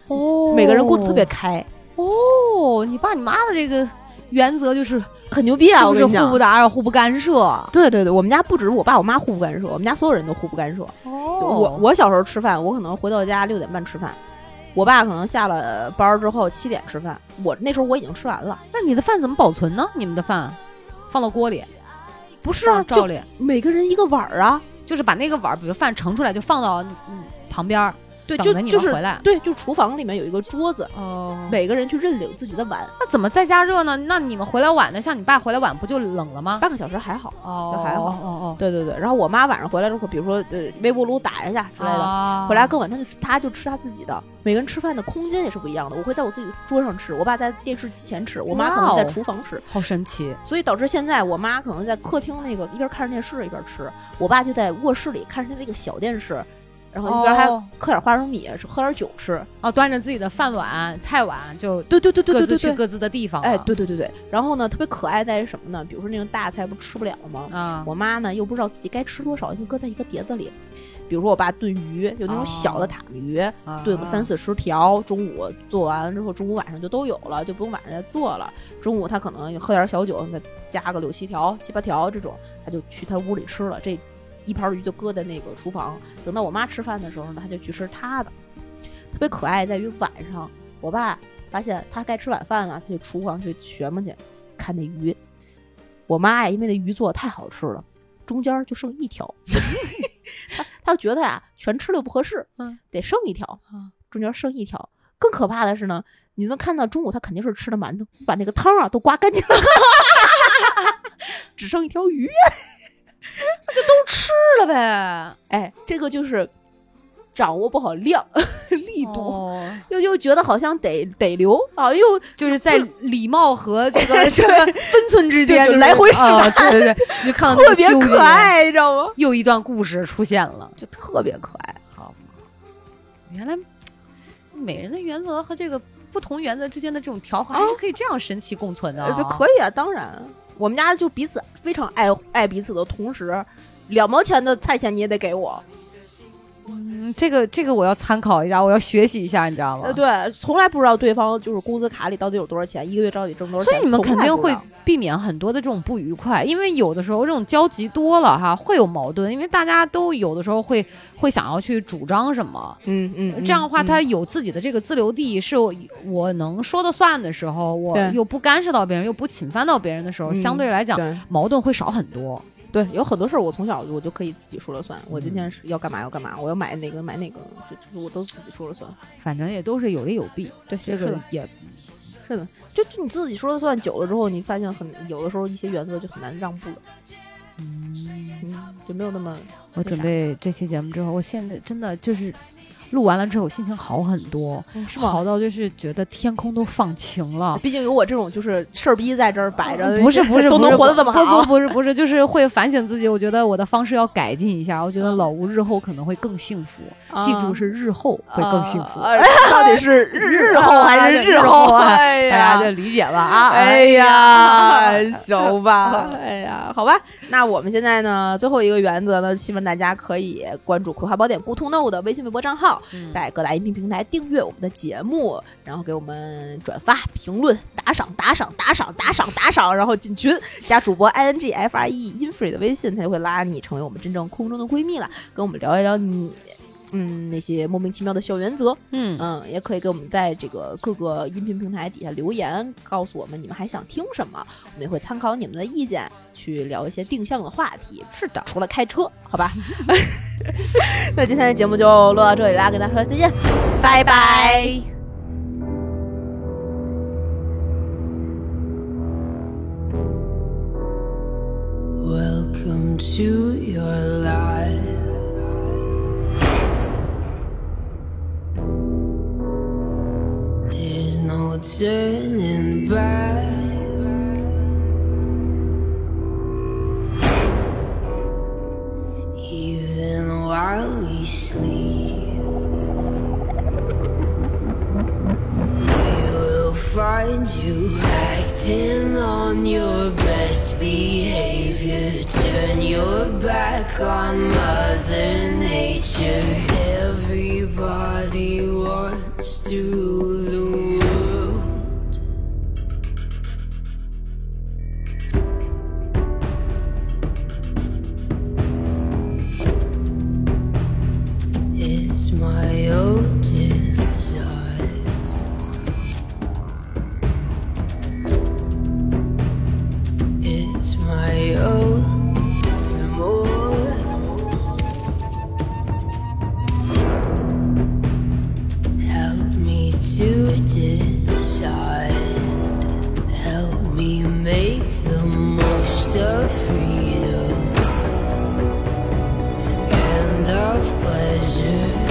B: 活哦
A: 每个人过得特别开。
B: 哦。你爸你妈的这个原则就是
A: 很牛逼啊！
B: 就
A: 我
B: 是
A: 跟你
B: 互
A: 讲
B: 不，打扰、互不干涉。
A: 对对对，我们家不止我爸我妈互不干涉，我们家所有人都互不干涉。就我
B: 哦，
A: 我小时候吃饭，我可能回到家六点半吃饭，我爸可能下了班儿之后七点吃饭，我那时候我已经吃完了。
B: 那你的饭怎么保存呢？你们的饭放到锅里，
A: 不是啊，
B: 放
A: 就
B: 罩里，
A: 每个人一个碗儿啊，
B: 就是把那个碗儿，比如饭盛出来，就放到嗯旁边儿，
A: 对，
B: 等
A: 就
B: 着你
A: 就
B: 们回
A: 是
B: 来。
A: 对，就厨房里面有一个桌子，
B: 哦，
A: 每个人去认领自己的碗，
B: 那怎么在家热呢？那你们回来晚的，像你爸回来晚，不就冷了吗？
A: 半个小时还好。
B: 哦
A: 就，还好
B: 哦哦，
A: 对对对，然后我妈晚上回来之后，比如说呃微波炉打一下之类的，
B: 的
A: 回来更晚，她就她就吃她自己的。每个人吃饭的空间也是不一样的，我会在我自己的桌上吃，我爸在电视机前吃，我妈可能
B: 哇
A: 在
B: 哦
A: 厨房吃，
B: 好神奇，
A: 所以导致现在我妈可能在客厅那个一边看着电视一边吃，我爸就在卧室里看着那个小电视，然后一边还
B: 哦
A: 嗑点花生米，喝点酒吃。
B: 哦，端着自己的饭碗、菜碗就
A: 对对对对
B: 各
A: 对
B: 自
A: 对
B: 去
A: 对。
B: 各自的地方了。
A: 哎，对对对对，然后呢，特别可爱在于什么呢？比如说那种大菜不吃不了吗？
B: 啊，
A: 我妈呢又不知道自己该吃多少，就搁在一个碟子里。比如说我爸炖鱼，有那种小的
B: 哦
A: 塔鱼，炖个三
B: 啊
A: 四十条，中午做完之后，中午晚上就都有了，就不用晚上再做了。中午他可能喝点小酒，再加个六七条、七八条这种，他就去他屋里吃了。这一盘鱼就搁在那个厨房，等到我妈吃饭的时候呢，他就去吃他的。特别可爱在于晚上，我爸发现他该吃晚饭了，他去厨房去学摸去，看那鱼。我妈呀，因为那鱼做的太好吃了，中间儿就剩一条， 他觉得呀、全吃了不合适，
B: 嗯
A: 得剩一条
B: 啊，
A: 中间剩一条。更可怕的是呢，你能看到中午他肯定是吃的馒头，把那个汤啊都刮干净了， 只剩一条鱼。
B: 吃了呗，
A: 哎，这个就是掌握不好量 力度，
B: 哦
A: 又又觉得好像得得留啊，又
B: 就是在礼貌和这 个这个分寸之间
A: 就就是来回试
B: 啊对对对，你就看到那个
A: 特别
B: 纠结
A: 可，爱，你知道吗？
B: 又一段故事出现了。
A: 就特别可爱。
B: 好，原来这每人的原则和这个不同原则之间的这种调和，还是可以这样神奇共存的啊，
A: 哦就可以啊，当然，我们家就彼此非常爱爱彼此的同时，两毛钱的菜钱你也得给我，
B: 嗯，这个这个我要参考一下，我要学习一下，你知道吗
A: 呃，？对，从来不知道对方就是工资卡里到底有多少钱，一个月到底挣多少
B: 所
A: 钱，
B: 以你们
A: 从
B: 肯
A: 来
B: 定
A: 不知
B: 会
A: 道
B: 避免很多的这种不愉快，因为有的时候这种交集多了哈，会有矛盾，因为大家都有的时候会会想要去主张什么，
A: 嗯嗯，
B: 这样的话，
A: 嗯
B: 他有自己的这个自留地，是我我能说的算的时候，我
A: 对
B: 又不干涉到别人，又不侵犯到别人的时候，
A: 嗯
B: 相对来讲
A: 对
B: 矛盾会少很多。
A: 对，有很多事儿我从小我就可以自己说了算，我今天
B: 嗯
A: 是要干嘛要干嘛，我要买哪个买哪个，就就我都自己说了算，
B: 反正也都是有利有弊，
A: 对，
B: 这
A: 是
B: 个
A: 的嗯
B: 也嗯
A: 是的，就就你自己说了算，久了之后你发现很有的时候一些原则就很难让步了，嗯，就没有那么
B: 我准备这期节目之后，我现在真的就是录完了之后，心情好很多，
A: 是吗
B: 哎好？到就是觉得天空都放晴 了。
A: 毕竟有我这种就是事儿逼在这儿摆着，
B: 嗯不是不是
A: 都
B: 不是
A: 能活得这么
B: 不
A: 好
B: 不，不是不是，就是会反省自己。我觉得我的方式要改进一下。我觉得老吴日后可能会更幸福，记住是日后会更幸福。
A: 啊啊啊到底是 日日后还是
B: 日后
A: 后？
B: 啊
A: 哎呀，
B: 理解吧啊
A: 哎呀， 行吧，哎呀，好吧，那我们现在呢，最后一个原则呢，希望大家可以关注《葵花宝典》不 o no 的微信、微博账号，在各大音频平台订阅我们的节目，然后给我们转发、评论、打赏、打赏、打赏、打赏、打赏，然后进群加主播 i n g f r e infree 的微信，他就会拉你成为我们真正空中的闺蜜了，跟我们聊一聊你。嗯，那些莫名其妙的小原则，
B: 嗯，
A: 嗯，也可以给我们在这个各个音频平台底下留言，告诉我们你们还想听什么，我们也会参考你们的意见去聊一些定向的话题。是的，除了开车，好吧。 那今天的节目就录到这里啦，跟大家说再见，拜拜
E: my Otis eyes. It's my own remorse. Help me to decide. Help me make the most of freedom and of pleasure.